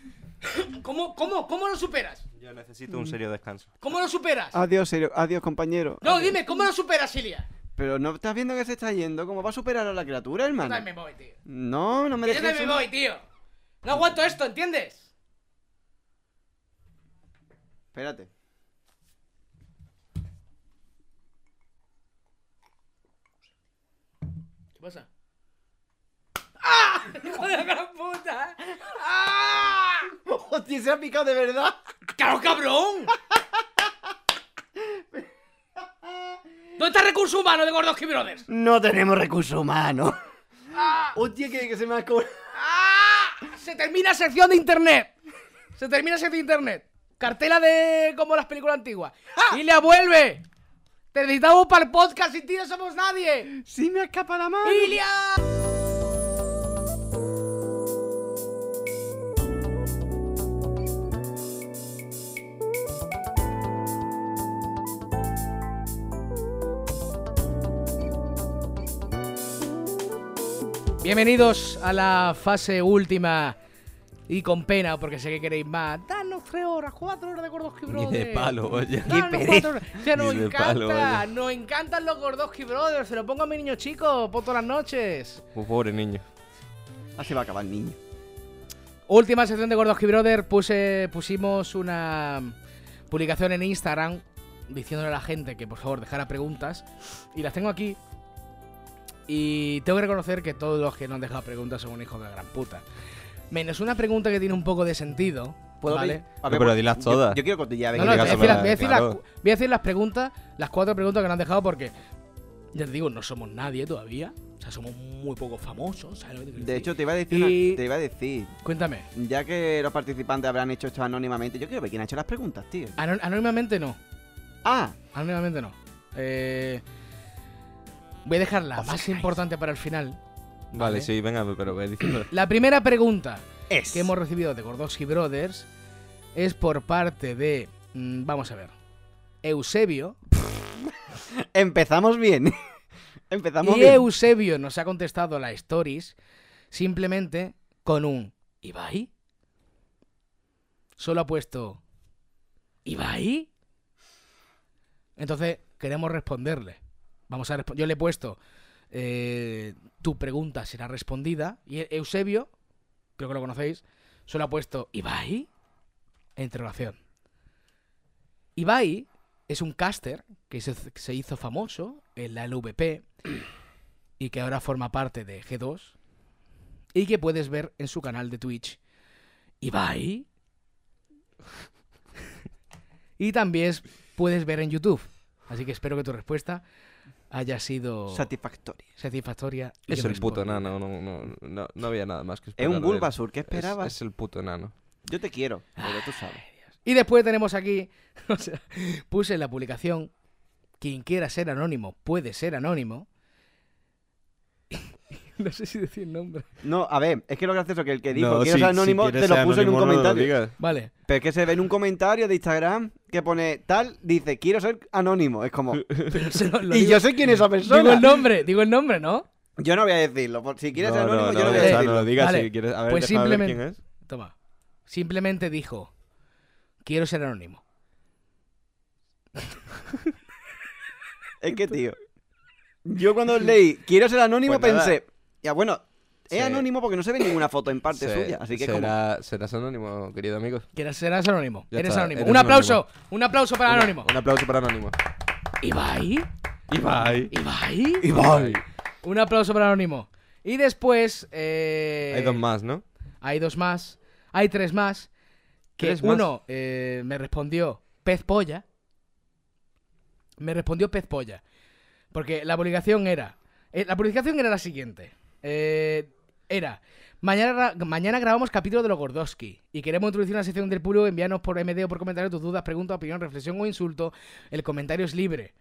cómo, cómo, cómo lo superas?
Yo necesito un serio descanso.
¿Cómo lo superas?
Adiós, serio. Adiós, compañero.
No, dime, ¿cómo lo superas, Ilia?
Pero no estás viendo que se está yendo. ¿Cómo va a superar a la criatura,
Yo
hermano?
también me voy, tío.
No, no me
Yo
dejes.
también me voy, tío. No aguanto esto, ¿entiendes?
Espérate.
¿Qué pasa?
Hostia, se ha picado de verdad.
¡Claro, cabrón! ¿Dónde está el recurso humano de Gordos Key Brothers? Ah.
No tenemos recurso humano. Hostia, que, que se me ha cobrado.
Se termina sección de internet. Se termina sección de internet. Cartela de como las películas antiguas. ¡Ah! ¡Ilia, vuelve! Te necesitamos para el podcast, sin ti no somos nadie.
Sí me escapa la mano.
¡Ilia! Bienvenidos a la fase última y con pena, porque sé que queréis más. Danos tres horas, cuatro horas de Gordos Brothers.
de palo, oye.
Danos
Qué
cuatro horas.
pereza.
Que nos
Ni de palo,
encanta,
oye.
nos encantan los Gordoski Brothers. Se lo pongo a mi niño chico por todas las noches.
Pues pobre niño.
Así Ah, va a acabar, niño.
Última sección de Gordoski Brothers. Puse, pusimos una publicación en Instagram diciéndole a la gente que por favor dejara preguntas. Y las tengo aquí. Y tengo que reconocer que todos los que no han dejado preguntas son un hijo de gran puta. Menos una pregunta que tiene un poco de sentido. ¿vale?
No, pero dilas todas.
pues, Yo, yo quiero cotillar.
No,
venga.
no, voy, a decir, las- voy a decir las,
claro.
voy a decir las preguntas, las cuatro preguntas que nos han dejado porque, ya te digo, no somos nadie todavía. O sea, somos muy poco famosos. ¿sabes lo que te quiero
De
decir?
hecho, te iba a decir.
Y-
Te iba a decir.
Cuéntame.
Ya que los participantes habrán hecho esto anónimamente, yo quiero ver quién ha hecho las preguntas, tío.
Ano- anónimamente no.
Ah.
Anónimamente no. Eh, voy a dejar la más importante para el final.
Vale, sí, venga, pero ve diciendo.
La primera pregunta
es.
que hemos recibido de Gordoski Brothers es por parte de. mm, Vamos a ver. Eusebio.
Empezamos bien. Empezamos
Y
bien.
Eusebio nos ha contestado la stories simplemente con un Ibai. Solo ha puesto Ibai. Entonces queremos responderle. Vamos a respo- yo le he puesto eh, tu pregunta será respondida y E- Eusebio, creo que lo conocéis, solo ha puesto Ibai. Interrogación. Ibai es un caster que se, se hizo famoso en la LVP y que ahora forma parte de G2 y que puedes ver en su canal de Twitch. Ibai. y también es- puedes ver en YouTube. Así que espero que tu respuesta haya sido
Satisfactoria.
satisfactoria. y
Es
que
el puto
responda.
enano, no, no, no, no había nada más que esperar.
un
de él.
Bulbasaur, ¿qué
Es-
esperabas?
Es, el puto enano.
Yo te quiero, pero tú sabes.
Y después tenemos aquí, o sea, puse en la publicación, quien quiera ser anónimo puede ser anónimo. no sé si decir nombre.
No, a ver, es que lo gracioso que el que dijo
No,
quiero
si-
ser
si
anónimo
quieres
te lo
ser
puso en un
anónimo, no lo
comentario.
digas.
Vale.
Pero es que se ve en un comentario de Instagram que pone tal, dice quiero ser anónimo. Es como.
se lo- lo
y
digo-
yo sé quién es esa persona.
Digo el nombre, digo el nombre, ¿no?
Yo no voy a decirlo. por- Si quieres ser
No, no,
anónimo, yo
no,
no voy a
o sea,
decirlo.
no lo digas si quieres. A ver,
pues
deja ver
simplemente,
quién es.
Toma. Simplemente dijo, quiero ser anónimo.
Es que, tío. Yo cuando leí quiero ser anónimo
Pues nada.
pensé. Ya, bueno, es
Se-
anónimo porque no se ve ninguna foto en parte
Se-
suya. Así que como.
será, serás anónimo, querido amigo.
Quieres ser anónimo.
Ya
Eres
está,
anónimo.
eres
un aplauso,
Ah, anónimo.
un aplauso para
Una-
anónimo.
Un aplauso para anónimo.
Ibai,
Ibai.
Ibai.
Ibai.
Un aplauso para anónimo. Y después... eh,
Hay dos más, ¿no?
Hay dos más. Hay tres más. Que
Tres más.
uno eh, me respondió pez polla. Me respondió pez polla. Porque la publicación era. eh, la publicación era la siguiente. Eh, era. Mañana, gra- mañana grabamos capítulo de los Gordoski y queremos introducir una sección del puro. Envíanos por MD o por comentario tus dudas, preguntas, opinión, reflexión o insulto. El comentario es libre.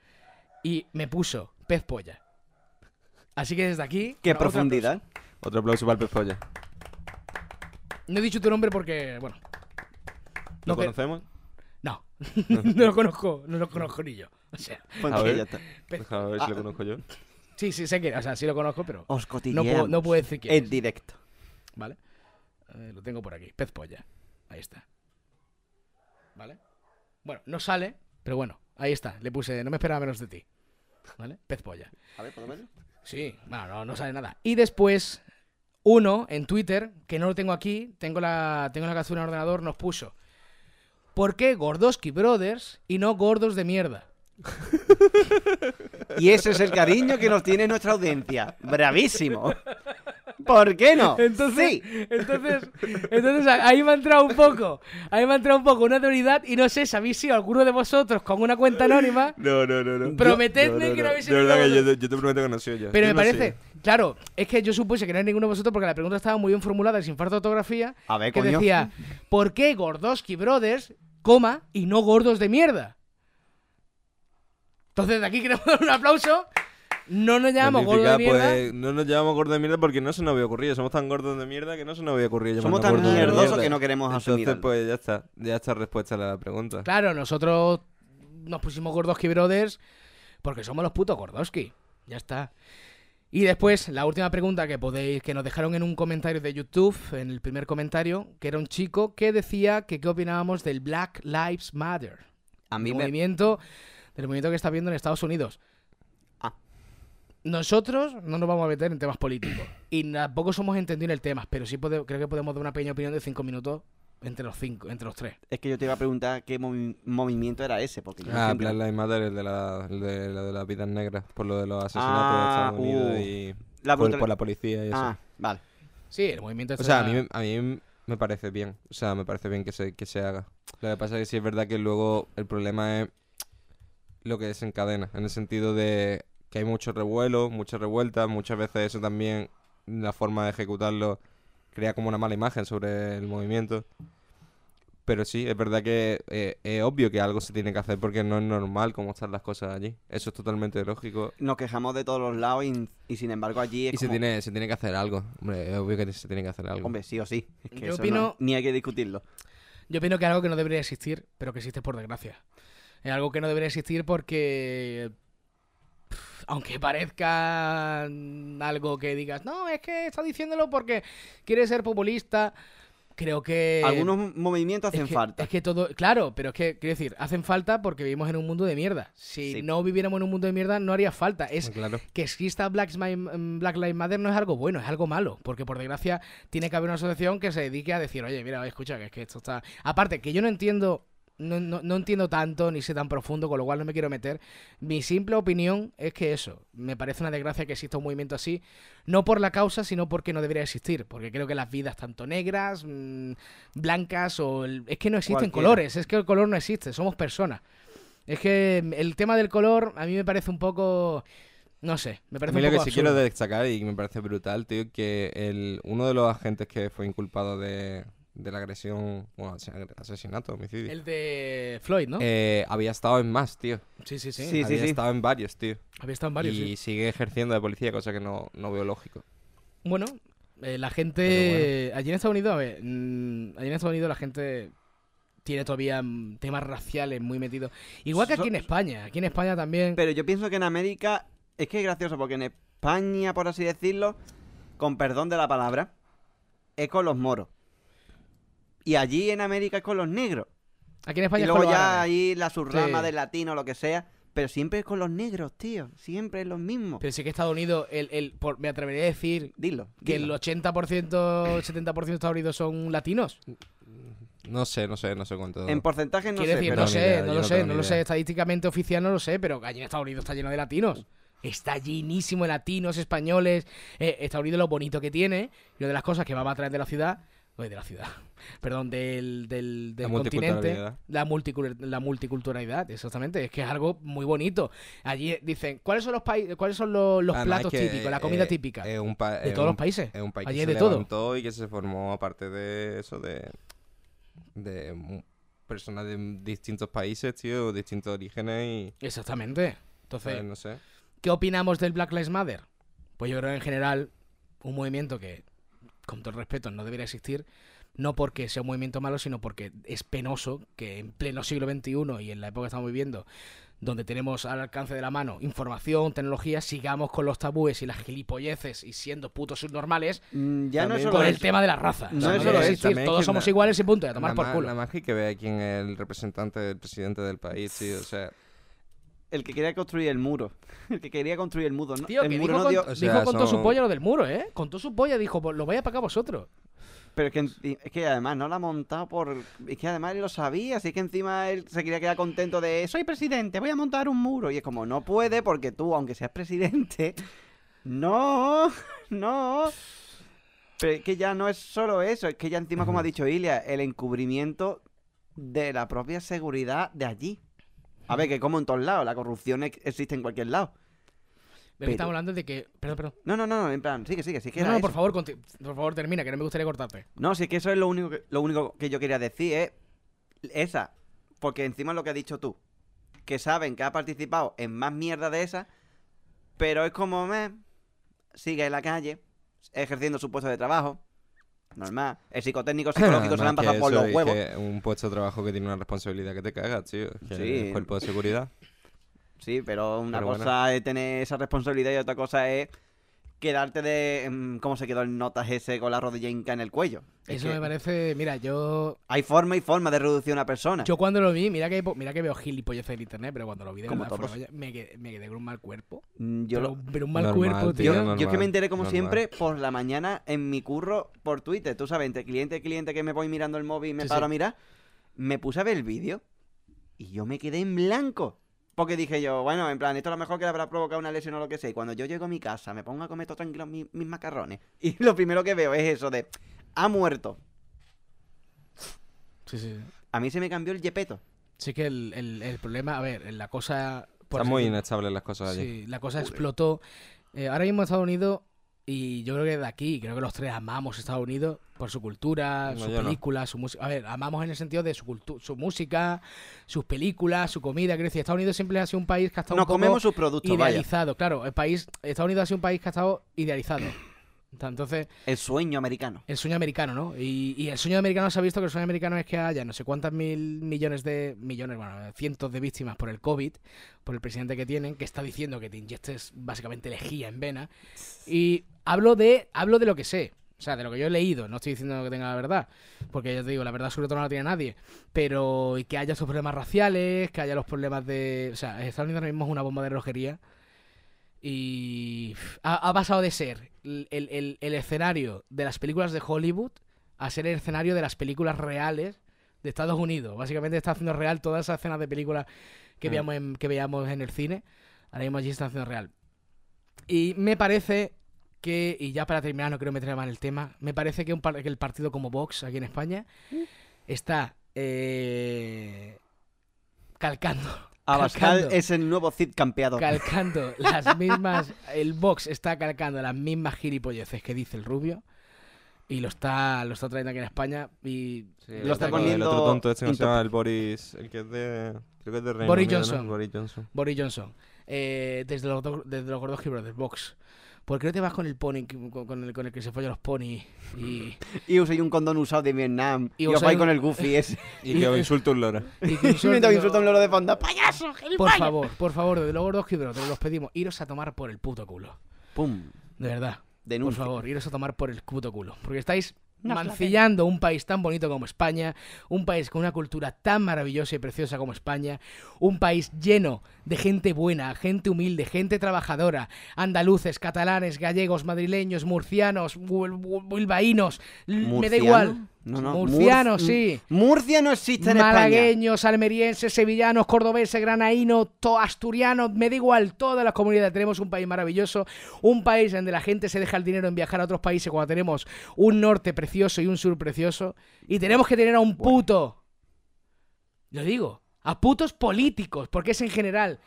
Y me puso pez polla. Así que desde aquí.
Qué
una- otra-
profundidad.
Otro aplauso para el pez polla.
No he dicho tu nombre porque, bueno,
¿Lo
No, que-
conocemos?
No, no lo conozco, no lo conozco ni yo. O sea,
Pues
a
que
ver,
ya está.
Pez-
a ver si lo
Ah.
conozco yo.
sí, sí, sé que, o sea, sí lo conozco, pero
Os
no puedo,
cotilleamos.
no puedo decir quién
En
es,
directo.
¿vale? Eh, lo tengo por aquí, pez polla, ahí está, ¿vale? Bueno, no sale, pero bueno, ahí está, le puse, no me esperaba menos de ti, ¿vale? Pez polla.
A ver, por lo menos.
Sí, bueno, no, no sale nada. Y después, uno en Twitter, que no lo tengo aquí, tengo la, tengo la captura en el ordenador, nos puso. ¿Por qué Gordoski Brothers y no gordos de mierda?
Y ese es el cariño que nos tiene nuestra audiencia. Bravísimo. ¿Por qué no?
Entonces,
Sí.
entonces, entonces a- ahí me ha entrado un poco, ahí me ha entrado un poco una teoridad y no sé si habéis sido alguno de vosotros con una cuenta anónima,
No, no, no, no.
Prometedme
No, no,
que no habéis
De verdad que
entendido.
yo, te- yo te prometo que no soy yo.
pero
Yo
me
no soy
parece, claro, es que yo supuse que no era ninguno de vosotros porque la pregunta estaba muy bien formulada sin falta de ortografía,
A ver,
que
coño.
decía, ¿por qué Gordosky Brothers, coma, y no gordos de mierda? Entonces, de aquí queremos dar un aplauso. No nos
yo.
llamamos gordos de
Magnífica,
mierda.
pues, no nos llamamos gordos de mierda porque no se nos había ocurrido. Somos tan gordos de mierda que no se nos había ocurrido.
Somos
llamarnos
tan
gordos de
mierdosos
mierda.
que no queremos asumir
Entonces,
algo.
pues ya está. Ya está respuesta a la pregunta.
Claro, nosotros nos pusimos Gordoski Brothers porque somos los putos Gordoski. Ya está. Y después, la última pregunta que podéis, que nos dejaron en un comentario de YouTube, en el primer comentario, que era un chico que decía que qué opinábamos del Black Lives Matter.
A mí
del
me-
movimiento, del movimiento que está viendo en Estados Unidos.
Ah.
Nosotros no nos vamos a meter en temas políticos. Y tampoco somos entendidos en el tema, pero sí pode- creo que podemos dar una pequeña opinión de cinco minutos entre los cinco, entre los tres.
Es que yo te iba a preguntar qué movi- movimiento era ese. Porque yo
Ah,
siempre-
Black Lives Matter, el de, la, el de, la de las vidas negras, por lo de los asesinatos
Ah,
de Estados Unidos
uh.
y
La
por,
brutal-
por la policía y eso.
Ah, vale.
Sí, el movimiento
O sea, a mí, me- a mí me parece bien. O sea, me parece bien que se, que se haga. Lo que pasa es que sí es verdad que luego el problema es lo que desencadena. En el sentido de que hay mucho revuelo, muchas revueltas. Muchas veces eso también, la forma de ejecutarlo, crea como una mala imagen sobre el movimiento. Pero sí, es verdad que eh, es obvio que algo se tiene que hacer porque no es normal cómo están las cosas allí. Eso es totalmente lógico.
Nos quejamos de todos los lados y, y sin embargo allí es
Y se
como-
tiene, se tiene que hacer algo. Hombre, es obvio que se tiene que hacer algo.
Hombre, sí o sí. Es que
Yo
eso no-
opino-
ni hay que discutirlo.
Yo opino que es algo que no debería existir, pero que existe por desgracia. Es algo que no debería existir porque. pff, Aunque parezca mm, algo que digas, no, es que está diciéndolo porque quiere ser populista. Creo que.
Algunos movimientos hacen
es que-
falta.
Es que todo. Claro, pero es que, quiero decir, hacen falta porque vivimos en un mundo de mierda. Si
Sí.
no viviéramos en un mundo de mierda, no haría falta. Es
Claro.
que exista Black, Smi- Black Lives Matter no es algo bueno, es algo malo, porque por desgracia tiene que haber una asociación que se dedique a decir, oye, mira, escucha, que es que esto está... Aparte, que yo no entiendo, no, no- no entiendo tanto, ni sé tan profundo, con lo cual no me quiero meter. Mi simple opinión es que eso, me parece una desgracia que exista un movimiento así, no por la causa, sino porque no debería existir, porque creo que las vidas tanto negras, mm, blancas, o... el- Es que no existen
Cualquiera.
colores, es que el color no existe, somos personas. Es que mm, el tema del color a mí me parece un poco... No sé, me
A
parece
mí
un
lo que
poco
sí
absurdo.
quiero destacar y me parece brutal, tío, que el, uno de los agentes que fue inculpado de, de la agresión, bueno, ase- asesinato, homicidio,
El de Floyd, ¿no?
eh, había estado en más, tío.
Sí, sí, sí. Sí, sí,
había
sí.
estado en varios, tío.
Había estado en varios,
Y
sí.
sigue ejerciendo de policía, cosa que no, no veo lógico.
Bueno, eh, la gente. Allí en Estados Unidos, a ver. mm, allí en Estados Unidos la gente tiene todavía mm, temas raciales muy metidos. Igual que aquí en España. Aquí en España también.
Pero yo pienso que en América es que es gracioso porque en España, por así decirlo, con perdón de la palabra, es con los moros. Y allí en América es con los negros.
Aquí en España
y
es
luego
con los
ya
árabes.
ahí la subrama
Sí.
del latino, lo que sea, pero siempre es con los negros, tío, siempre es los mismos.
Pero sí que Estados Unidos, el, el- por- me atrevería a decir
Dilo,
que el
dilo.
80%, 70% de Estados Unidos son latinos.
No sé, no sé, no sé cuánto.
En porcentaje no
Quiero
sé,
decir,
pero-
no sé,
idea,
no
yo
lo
no
sé,
tengo
no
ni
lo sé,
idea.
estadísticamente oficial no lo sé, pero allí en Estados Unidos está lleno de latinos. Está llenísimo de latinos, españoles. Eh, Estados Unidos lo bonito que tiene, y una de las cosas que va a traer de la ciudad, oye, de la ciudad, perdón, del, del, del
La
continente,
multiculturalidad.
la, multicul- la multiculturalidad, exactamente, es que es algo muy bonito. Allí dicen, ¿cuáles son los países, cuáles son los, los
Además,
platos
Ah, que,
típicos, la comida
eh,
típica?
es un pa-
de
es
todos
un- eh,
los países.
Es un país
Allí
que
hay
se
de todo.
levantó y que se formó, aparte de eso, de. de mu- personas de distintos países, tío, distintos orígenes y.
Exactamente. Entonces,
¿sabes? no sé.
¿Qué opinamos del Black Lives Matter? Pues yo creo que en general un movimiento que, con todo el respeto, no debería existir, no porque sea un movimiento malo, sino porque es penoso que en pleno siglo XXI y en la época que estamos viviendo, donde tenemos al alcance de la mano información, tecnología, sigamos con los tabúes y las gilipolleces y siendo putos subnormales
Mm, ya no es
con
solo
el
eso.
tema de la raza.
No
O sea,
es
no
solo
debería
eso,
existir,
también es
todos
que
somos
na-
iguales y punto, y a tomar
nada
por
más-
culo.
Nada más que, hay que vea quién es el representante del presidente del país, tío. O sea,
el que quería construir el muro, el que quería construir el muro, ¿no?
Tío,
el
que
muro
dijo,
no
con,
dio-
dijo
sea,
con todo su
son-
polla lo del muro, ¿eh? Con todo su polla dijo, "Pues lo vais a pagar vosotros.
Pero es que, es que además no la ha montado por... Es que además él lo sabía, así que encima él se quería quedar contento de soy presidente, voy a montar un muro. Y es como, no puede porque tú, aunque seas presidente... No, no. Pero es que ya no es solo eso, es que ya encima, como ha dicho Ilia, el encubrimiento de la propia seguridad de allí. A ver, que como en todos lados, la corrupción ex- existe en cualquier lado.
Pero... Estamos hablando de que... Perdón, perdón.
No, no, no, no, en plan, sigue, sigue, sí que
No,
era
no, por
eso.
favor, conti- por favor, termina, que no me gustaría cortarte.
No, si es que eso es lo único que, lo único que yo quería decir, es esa. Porque encima es lo que has dicho tú. Que saben que ha participado en más mierda de esa, pero es como, meh, sigue en la calle, ejerciendo su puesto de trabajo. Normal. El psicotécnico psicológico se lo han
Además
pasado
que
por
eso
los
es
huevos.
que un puesto de trabajo que tiene una responsabilidad que te cagas, tío. Que
Sí.
El cuerpo de seguridad.
Sí, pero una
Pero bueno.
cosa es tener esa responsabilidad y otra cosa es quedarte de... mm, ¿Cómo se quedó el notas ese con la rodilla hinca en el cuello? Es
Eso
que
me parece... Mira, yo...
Hay forma y forma de reducir a una persona.
Yo cuando lo vi, mira que, mira que veo gilipolleces en internet, pero cuando lo vi de
Como
verdad fue una
todos.
olla- me, quedé, me quedé con un mal cuerpo.
Mm, yo
pero,
lo-
pero un mal
Normal,
cuerpo,
tío,
tío.
normal.
Yo es que me enteré como
normal.
siempre por la mañana en mi curro por Twitter. Tú sabes, entre cliente y cliente que me voy mirando el móvil y me
Sí,
paro
sí.
a mirar. Me puse a ver el vídeo y yo me quedé en blanco. Porque dije yo, bueno, en plan, esto a lo mejor que le habrá provocado una lesión o lo que sea. Y cuando yo llego a mi casa, me pongo a comer todo tranquilo mi- mis macarrones. Y lo primero que veo es eso de, ha muerto.
Sí, sí.
A mí se me cambió el yepeto.
Sí que el, el- el problema, a ver, la cosa... por
Están
así
muy
decirlo,
inestables las cosas allí.
Sí, la cosa explotó. Eh, ahora mismo Estados Unidos, y yo creo que de aquí, creo que los tres amamos Estados Unidos por su cultura,
No,
su
yo no.
película, su música. A ver, amamos en el sentido de su cultu- su música, sus películas, su comida. Quiero decir, Estados Unidos siempre ha sido un país que ha estado
Nos
un poco
comemos sus productos, vaya.
idealizado. Claro, el país, Estados Unidos ha sido un país que ha estado idealizado. Entonces,
El sueño americano.
el sueño americano, ¿no? Y, y el sueño americano se ha visto que el sueño americano es que haya no sé cuántas mil millones de. millones, bueno, cientos de víctimas por el COVID, por el presidente que tienen, que está diciendo que te inyectes básicamente lejía en vena. Y hablo de. hablo de lo que sé. O sea, de lo que yo he leído, no estoy diciendo que tenga la verdad, porque ya te digo, la verdad sobre todo no la tiene nadie, pero y que haya estos problemas raciales, que haya los problemas de... O sea, Estados Unidos ahora mismo es una bomba de relojería y pf, ha, ha pasado de ser el, el- el- el escenario de las películas de Hollywood a ser el escenario de las películas reales de Estados Unidos. Básicamente está haciendo real todas esas escenas de películas que,
Mm.
veíamos en, que veíamos en el cine. Ahora mismo allí se está haciendo real. Y me parece que, y ya para terminar, no quiero meter más en el tema, me parece que, un par- que el partido como Vox aquí en España está eh, calcando.
Abascal
calcando-
es el nuevo Cid campeador.
calcando las mismas. El Vox está calcando las mismas gilipolleces que dice el Rubio. Y lo está, lo está trayendo aquí en España. Y
El otro- El otro tonto este que se llama el Boris... El que es de... Creo que es de Reino
Boris
Unido, ¿no?
Johnson.
Boris Johnson.
Boris Johnson. Eh, desde, los do- desde los gordos Brothers, Vox. ¿Por qué no te vas con el pony, con, con el, con el que se follan los ponis? Y,
Y usáis un condón usado de Vietnam. Y, os
usáis
vais
un-
con el Goofy ese.
Y que os insulte un loro.
y que
Mientras que insulta un loro de fonda.
¡Payaso!
Por
gilipollas!
favor, por favor, desde los gordos Brothers, los pedimos. Iros a tomar por el puto culo.
¡Pum!
De verdad.
Denuncia.
Por favor, iros a tomar por el puto culo. Porque estáis
No os lo
mancillando un país tan bonito como España, un país con una cultura tan maravillosa y preciosa como España, un país lleno de gente buena, gente humilde, gente trabajadora, andaluces, catalanes, gallegos, madrileños, murcianos, bil- bil- bilbaínos, l- me da
¿Murciano?
igual.
No, no,
Murcianos,
Murci-
sí.
Murcia no existe en España.
Malagueños, almerienses, sevillanos, cordobeses, granaínos, to- asturianos, me da igual, todas las comunidades. Tenemos un país maravilloso, un país donde la gente se deja el dinero en viajar a otros países cuando tenemos un norte precioso y un sur precioso. Y tenemos que tener a un puto, lo digo, a putos políticos, porque es en general,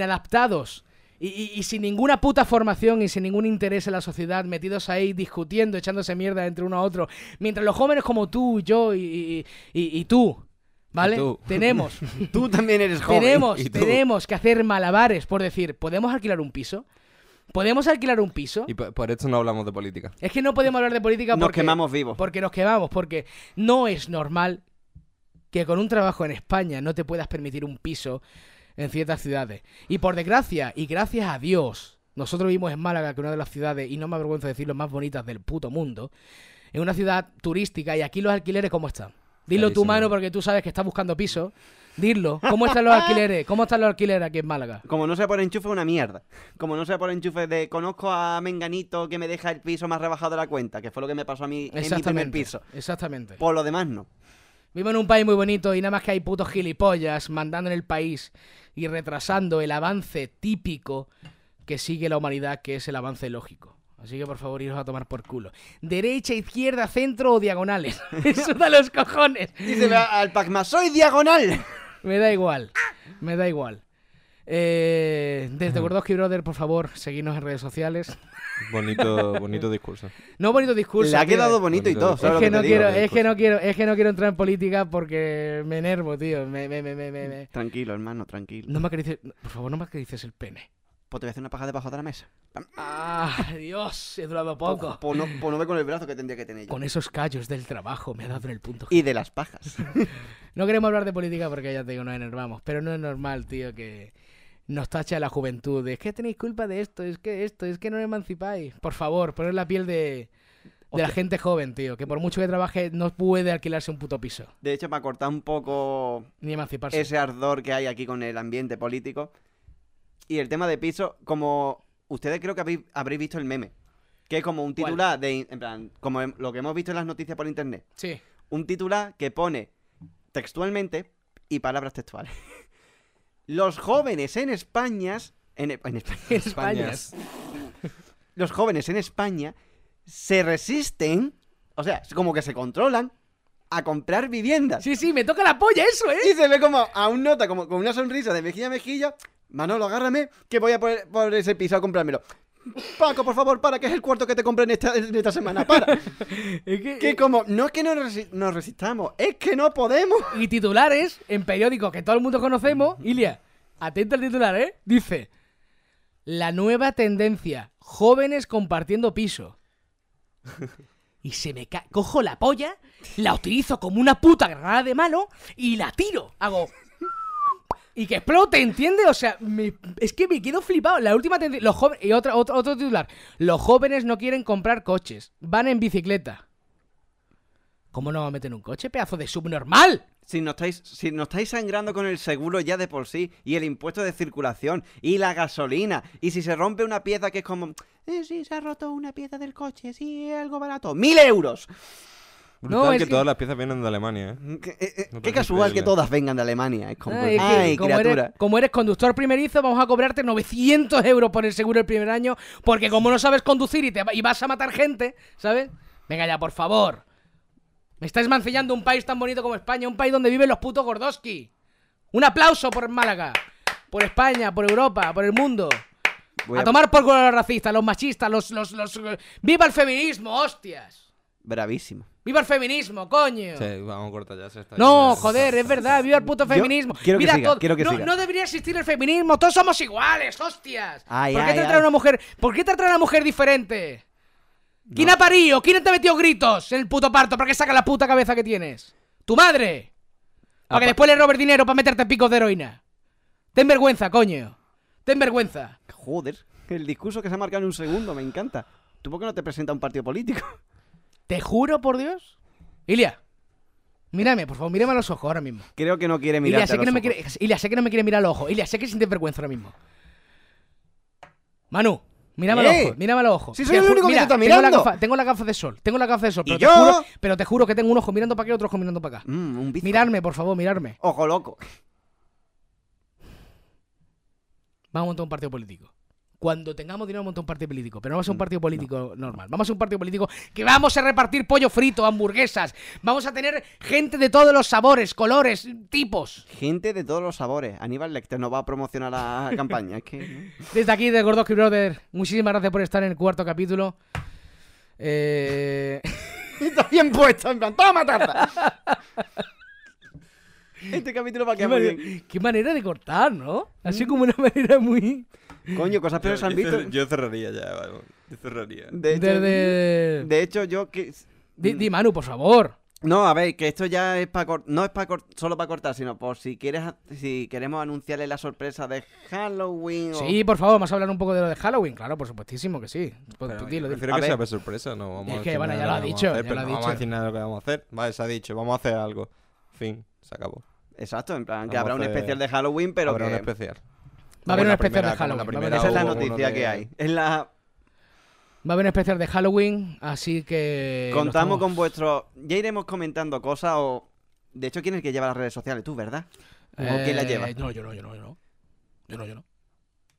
inadaptados. Y, y- y sin ninguna puta formación y sin ningún interés en la sociedad, metidos ahí discutiendo, echándose mierda entre uno a otro, mientras los jóvenes como tú, yo y, y- y- y tú, ¿vale?
Y tú.
Tenemos,
Tú también eres joven.
tenemos,
Y tú.
tenemos que hacer malabares por decir, ¿podemos alquilar un piso? ¿Podemos alquilar un piso?
Y por, por esto no hablamos de política.
Es que no podemos hablar de política
Nos
porque...
quemamos vivos.
Porque nos quemamos, porque no es normal que con un trabajo en España no te puedas permitir un piso en ciertas ciudades. Y por desgracia, y gracias a Dios, nosotros vivimos en Málaga, que es una de las ciudades, y no me avergüenzo de decirlo, más bonitas del puto mundo, es una ciudad turística y aquí los alquileres, ¿cómo están? Dilo tú,
Carísimo.
mano, porque tú sabes que estás buscando piso. Dilo, ¿cómo están los alquileres? ¿Cómo están los alquileres aquí en Málaga?
Como no sea por enchufe, una mierda. Como no sea por enchufe de conozco a Menganito que me deja el piso más rebajado de la cuenta, que fue lo que me pasó a mí en mi primer
Exactamente.
piso.
Exactamente.
Por lo demás, no.
Vivo en un país muy bonito y nada más que hay putos gilipollas mandando en el país y retrasando el avance típico que sigue la humanidad, que es el avance lógico. Así que por favor, iros a tomar por culo. Derecha, izquierda, centro o diagonales. Eso da los cojones.
Dice al Pac-Man, soy diagonal.
Me da igual. Me da igual. Eh, desde Gordoski Brother, por favor, seguidnos en redes sociales.
Bonito, bonito discurso.
No bonito discurso.
Le ha
tío.
quedado bonito y todo, ¿sabes
Es
lo
que
que te
no
digo?
quiero,
Bonito
es que no quiero, es que no quiero entrar en política porque me enervo, tío. Me, me, me, me, me- me-
Tranquilo, hermano, tranquilo.
No me acaricies- por favor, no me acaricies el pene.
Pues te voy a hacer una paja debajo de la mesa.
Ah, Dios, he durado poco.
Pues no, pues no ve con el brazo que tendría que tener yo.
Con esos callos del trabajo me ha dado en el punto. G.
Y de las pajas.
No queremos hablar de política porque ya te digo, nos enervamos. Pero no es normal, tío, que nos tache a la juventud. de, Es que tenéis culpa de esto, es que esto, es que no os emancipáis. Por favor, poned la piel de, de la gente joven, tío. Que por mucho que trabaje, no puede alquilarse un puto piso.
De hecho, para cortar un poco
Ni emanciparse.
ese ardor que hay aquí con el ambiente político. Y el tema de piso, como ustedes creo que habéis, habréis visto el meme. Que es como un titular de... En plan, como em- lo que hemos visto en las noticias por internet.
Sí.
Un titular que pone textualmente y palabras textuales. Los jóvenes en España... En, e- en España.
Españas.
Los jóvenes en España se resisten, o sea, como que se controlan a comprar viviendas.
Sí, sí, me toca la polla eso, ¿eh?
Y se ve como a un nota, como con una sonrisa de mejilla a mejilla. Manolo, agárrame, que voy a por, por ese piso a comprármelo. Paco, por favor, para, que es el cuarto que te compré en esta, en esta semana, para.
Es que-
que como, no es que nos, resi- nos resistamos, es que no podemos.
Y titulares en periódicos que todo el mundo conocemos. Ilia, atenta al titular, ¿eh? Dice: La nueva tendencia, jóvenes compartiendo piso. Y se me cae. Cojo la polla, la utilizo como una puta granada de mano y la tiro. Hago. Y que explote, ¿entiendes? O sea, me- es que me quedo flipado. La última tendencia. Los jóvenes. Y otra, otro, otro titular. Los jóvenes no quieren comprar coches. Van en bicicleta. ¿Cómo no va a meter en un coche, pedazo de subnormal?
Si no, estáis, si no estáis sangrando con el seguro ya de por sí, y el impuesto de circulación, y la gasolina, y si se rompe una pieza que es como,
Eh, sí, se ha roto una pieza del coche, sí, algo barato.
mil euros.
Brutal
No, es
que,
que-
todas las piezas vienen de Alemania, ¿eh?
Qué, eh, eh,
No
qué
parece
casual que
increíble.
todas vengan de Alemania. Es como,
Ah, es que
ay,
como,
criatura.
eres, como eres conductor primerizo, vamos a cobrarte 900 euros por el seguro el primer año, porque como no sabes conducir y, te, va- y vas a matar gente, ¿sabes? Venga ya, por favor. Me estáis mancillando un país tan bonito como España, un país donde viven los putos Gordoski. Un aplauso por Málaga, por España, por Europa, por el mundo.
Voy
a,
a-
tomar por culo a los racistas, los machistas, los, los, los... ¡Viva el feminismo, hostias!
Bravísimo.
¡Viva el feminismo, coño!
Sí, vamos a cortar ya. se está
No,
yendo.
joder, es verdad, viva el puto
Yo
feminismo.
quiero que
Viva
siga,
todo.
quiero que
no,
siga.
no debería existir el feminismo, todos somos iguales, hostias.
Ay,
¿Por qué
ay,
te
ay.
trae una mujer? ¿Por qué te trae una mujer diferente? ¿Quién ha parido? ¿Quién te ha metido gritos en el puto parto? ¿Para qué saca la puta cabeza que tienes? ¡Tu madre! Para que después le robes dinero para meterte picos de heroína. Ten vergüenza, coño. Ten vergüenza.
Joder, el discurso que se ha marcado en un segundo, me encanta. ¿Tú por qué no te presenta un partido político?
Te juro por Dios. Ilia, mírame, por favor, mírame a los ojos ahora mismo.
Creo que no quiere mirar.
Ilia, sé que, no me quiere, Ilia, sé que no me quiere mirar al ojo. Ilia, sé que sientes vergüenza ahora mismo. Manu, mírame al
¿Eh?
ojo. Mírame al ojo.
Si
Te
soy el
ju-
único que te está
tengo la
mirando.
gafa- tengo la gafa de sol. Tengo la gafa de sol. Pero,
¿Y
te
yo?
Juro, pero te juro que tengo un ojo mirando para acá y otro ojo mirando para acá.
Mm, un bizco.
Mirarme, por favor, mirarme.
Ojo loco.
Vamos a montar un partido político. Cuando tengamos dinero, montar un partido político. Pero no va a
Mm,
ser un partido político normal. Vamos a ser un partido político que vamos a repartir pollo frito, hamburguesas. Vamos a tener gente de todos los sabores, colores, tipos.
Gente de todos los sabores. Aníbal Lecter no va a promocionar la campaña. Es que.
Desde aquí, de Gordoski Brother, muchísimas gracias por estar en el cuarto capítulo. Eh,
Está bien puesta, en plan, toma tarta. Este capítulo va a
qué,
quedar muy
mane-
bien. Mm.
qué manera de cortar, ¿no? Así como una manera muy...
Coño, cosas
Yo,
peores se han
yo
visto.
cer- yo cerraría ya, vamos. Yo cerraría.
De hecho,
Desde-
de hecho, yo que.
Di, di, Manu, por favor.
No, a ver, que esto ya es para no es para solo para cortar, sino por si quieres ha- si queremos anunciarle la sorpresa de Halloween. o-
Sí, por favor, vamos a hablar un poco de lo de Halloween. Claro, por supuestísimo que sí. Pues, tú dilo, dilo.
Prefiero
A
que
ver.
sea por sorpresa, no vamos
Es
a
que,
decir
bueno,
nada
ya lo
de
ha
vamos a
dicho, ya
hacer, pero
lo ha
no vamos a
dicho.
decir nada de lo que vamos a hacer. Vale, se ha dicho, vamos a hacer algo. Fin, se acabó.
Exacto, en plan que
Vamos a
habrá un
hacer-
especial de Halloween, pero
Habrá
que
un especial.
Va a haber
Como
un
la
especial de
primera- como la
Halloween, va a haber
primera
esa es la
hubo uno
noticia
de-
que hay. Es la
Va a haber un especial de Halloween, así
Eh,
que... lo
contamos
estamos-
con vuestro ya iremos comentando cosas o de hecho quién es el que lleva las redes sociales, tú, ¿verdad? ¿O quién la
Eh,
lleva?
No, yo no, yo no, yo no. Yo no, yo no.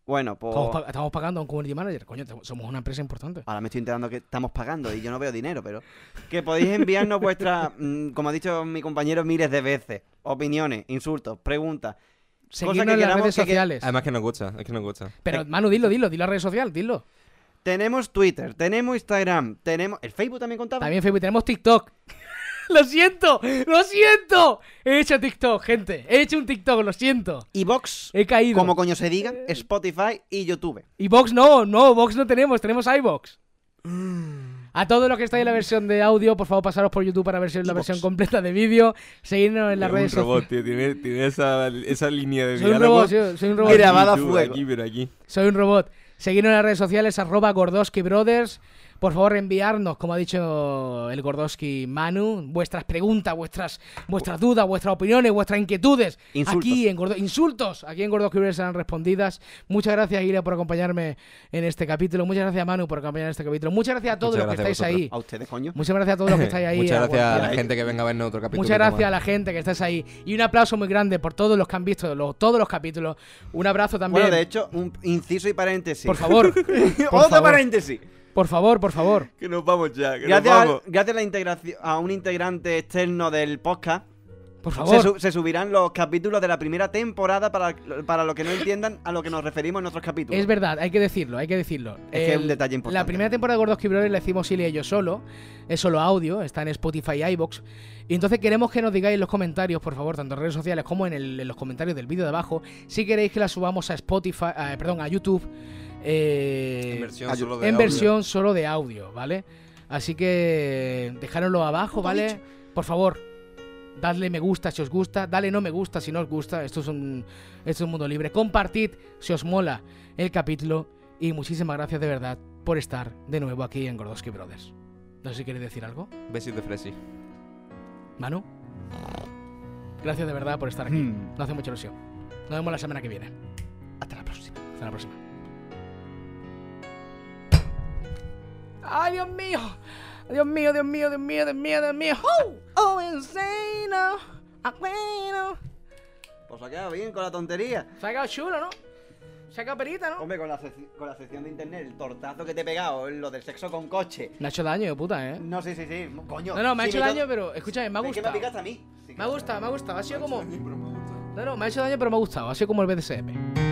Bueno, pues.
Estamos, pa- estamos pagando a un community manager. Coño, te- somos una empresa importante.
Ahora me estoy enterando que estamos pagando y yo no veo dinero, pero. Que podéis enviarnos vuestras, mm, como ha dicho mi compañero miles de veces, opiniones, insultos, preguntas. cosas
Seguidnos
que
en las
queramos
redes
que- eh, que-
sociales.
Además que nos gusta, es que nos gusta.
Pero, Manu, dilo, dilo, dilo a redes sociales, dilo.
Tenemos Twitter, tenemos Instagram, tenemos. El Facebook también contaba.
También en Facebook tenemos TikTok. ¡Lo siento! ¡Lo siento! He hecho TikTok, gente. He hecho un TikTok, lo siento.
Y Vox.
He Eh. caído.
Como coño se diga, Spotify y YouTube.
Y Vox no, no, Vox no tenemos, tenemos iBox.
Mm.
A todos los que estáis en la versión de audio, por favor pasaros por YouTube para ver si es la versión completa de vídeo. Seguidnos en las
Es un
redes
robot, tío. Tiene, tiene esa, esa línea de
Soy un
diálogo.
robot, sí, soy un robot. Grabada a
Tú
fuego.
Aquí, pero aquí.
Soy un robot. Seguidnos en las redes sociales, arroba Gordoski Brothers. Por favor, enviarnos, como ha dicho el Gordoski Manu, vuestras preguntas, vuestras, vuestras dudas, vuestras opiniones, vuestras inquietudes.
Insultos.
Aquí en Gordo- Insultos. Aquí en Gordoski Brothers serán respondidas. Muchas gracias, Ira, por acompañarme en este capítulo. Muchas gracias, Manu, por acompañarme en este capítulo. Muchas gracias a todos
Muchas
los que
gracias
estáis ahí.
A ustedes, coño.
Muchas gracias a todos los que estáis ahí.
Muchas gracias a la
Guardianes.
gente que venga a vernos otro capítulo.
Muchas gracias a la gente que estáis ahí. Y un aplauso muy grande por todos los que han visto los- todos los capítulos. Un abrazo también.
Bueno, de hecho, un inciso y paréntesis.
Por favor. Por
Otro
favor.
paréntesis.
Por favor, por favor.
Que nos vamos ya, que
Gracias,
nos
a-
vamos.
gracias a, la integración, a un integrante externo del podcast.
Por
Se,
favor.
su- se subirán los capítulos de la primera temporada para, para los que no entiendan a lo que nos referimos en nuestros capítulos.
Es verdad, hay que decirlo, hay que decirlo.
Es que es un
El-
detalle importante.
La primera temporada de Gordos Brothers la hicimos Silvia y yo solo. Es solo audio, está en Spotify y iBox. Y entonces queremos que nos digáis en los comentarios, por favor, tanto en redes sociales como en, el- en los comentarios del vídeo de abajo, si queréis que la subamos a Spotify, a- perdón, a YouTube. eh,
En versión solo de
en
audio.
versión solo de audio, ¿vale? Así que dejároslo abajo, ¿vale? Por favor, dadle me gusta si os gusta, dale no me gusta si no os gusta, esto es un, esto es un mundo libre. Compartid si os mola el capítulo y muchísimas gracias de verdad por estar de nuevo aquí en Gordoski Brothers. No sé si queréis decir algo.
Besis de Fresi.
Manu, gracias de verdad por estar aquí.
Hmm.
Nos hace mucha ilusión. Nos vemos la semana que viene. Hasta la próxima. Hasta la próxima. ¡Ay, Dios mío! Dios mío, Dios mío, Dios mío, Dios mío, Dios mío. ¡Oh! ¡Oh, insano! ¡Ah, bueno!
Os Pues ha quedado bien con la tontería.
Se ha quedado chulo, ¿no? Se ha quedado perita, ¿no?
Hombre, con la, sec- con la sección de internet, el tortazo que te he pegado, lo del sexo con coche.
Me ha hecho daño, de puta, ¿eh?
No, sí, sí, sí. Coño.
No, no, me ha
sí,
hecho
yo-
daño, pero escúchame, me ha
Es que me
gustado.
picaste a mí.
Me ha gustado, me ha gustado. Ha sido como. No, no, me ha hecho daño, pero me ha gustado. Ha sido como el BDSM.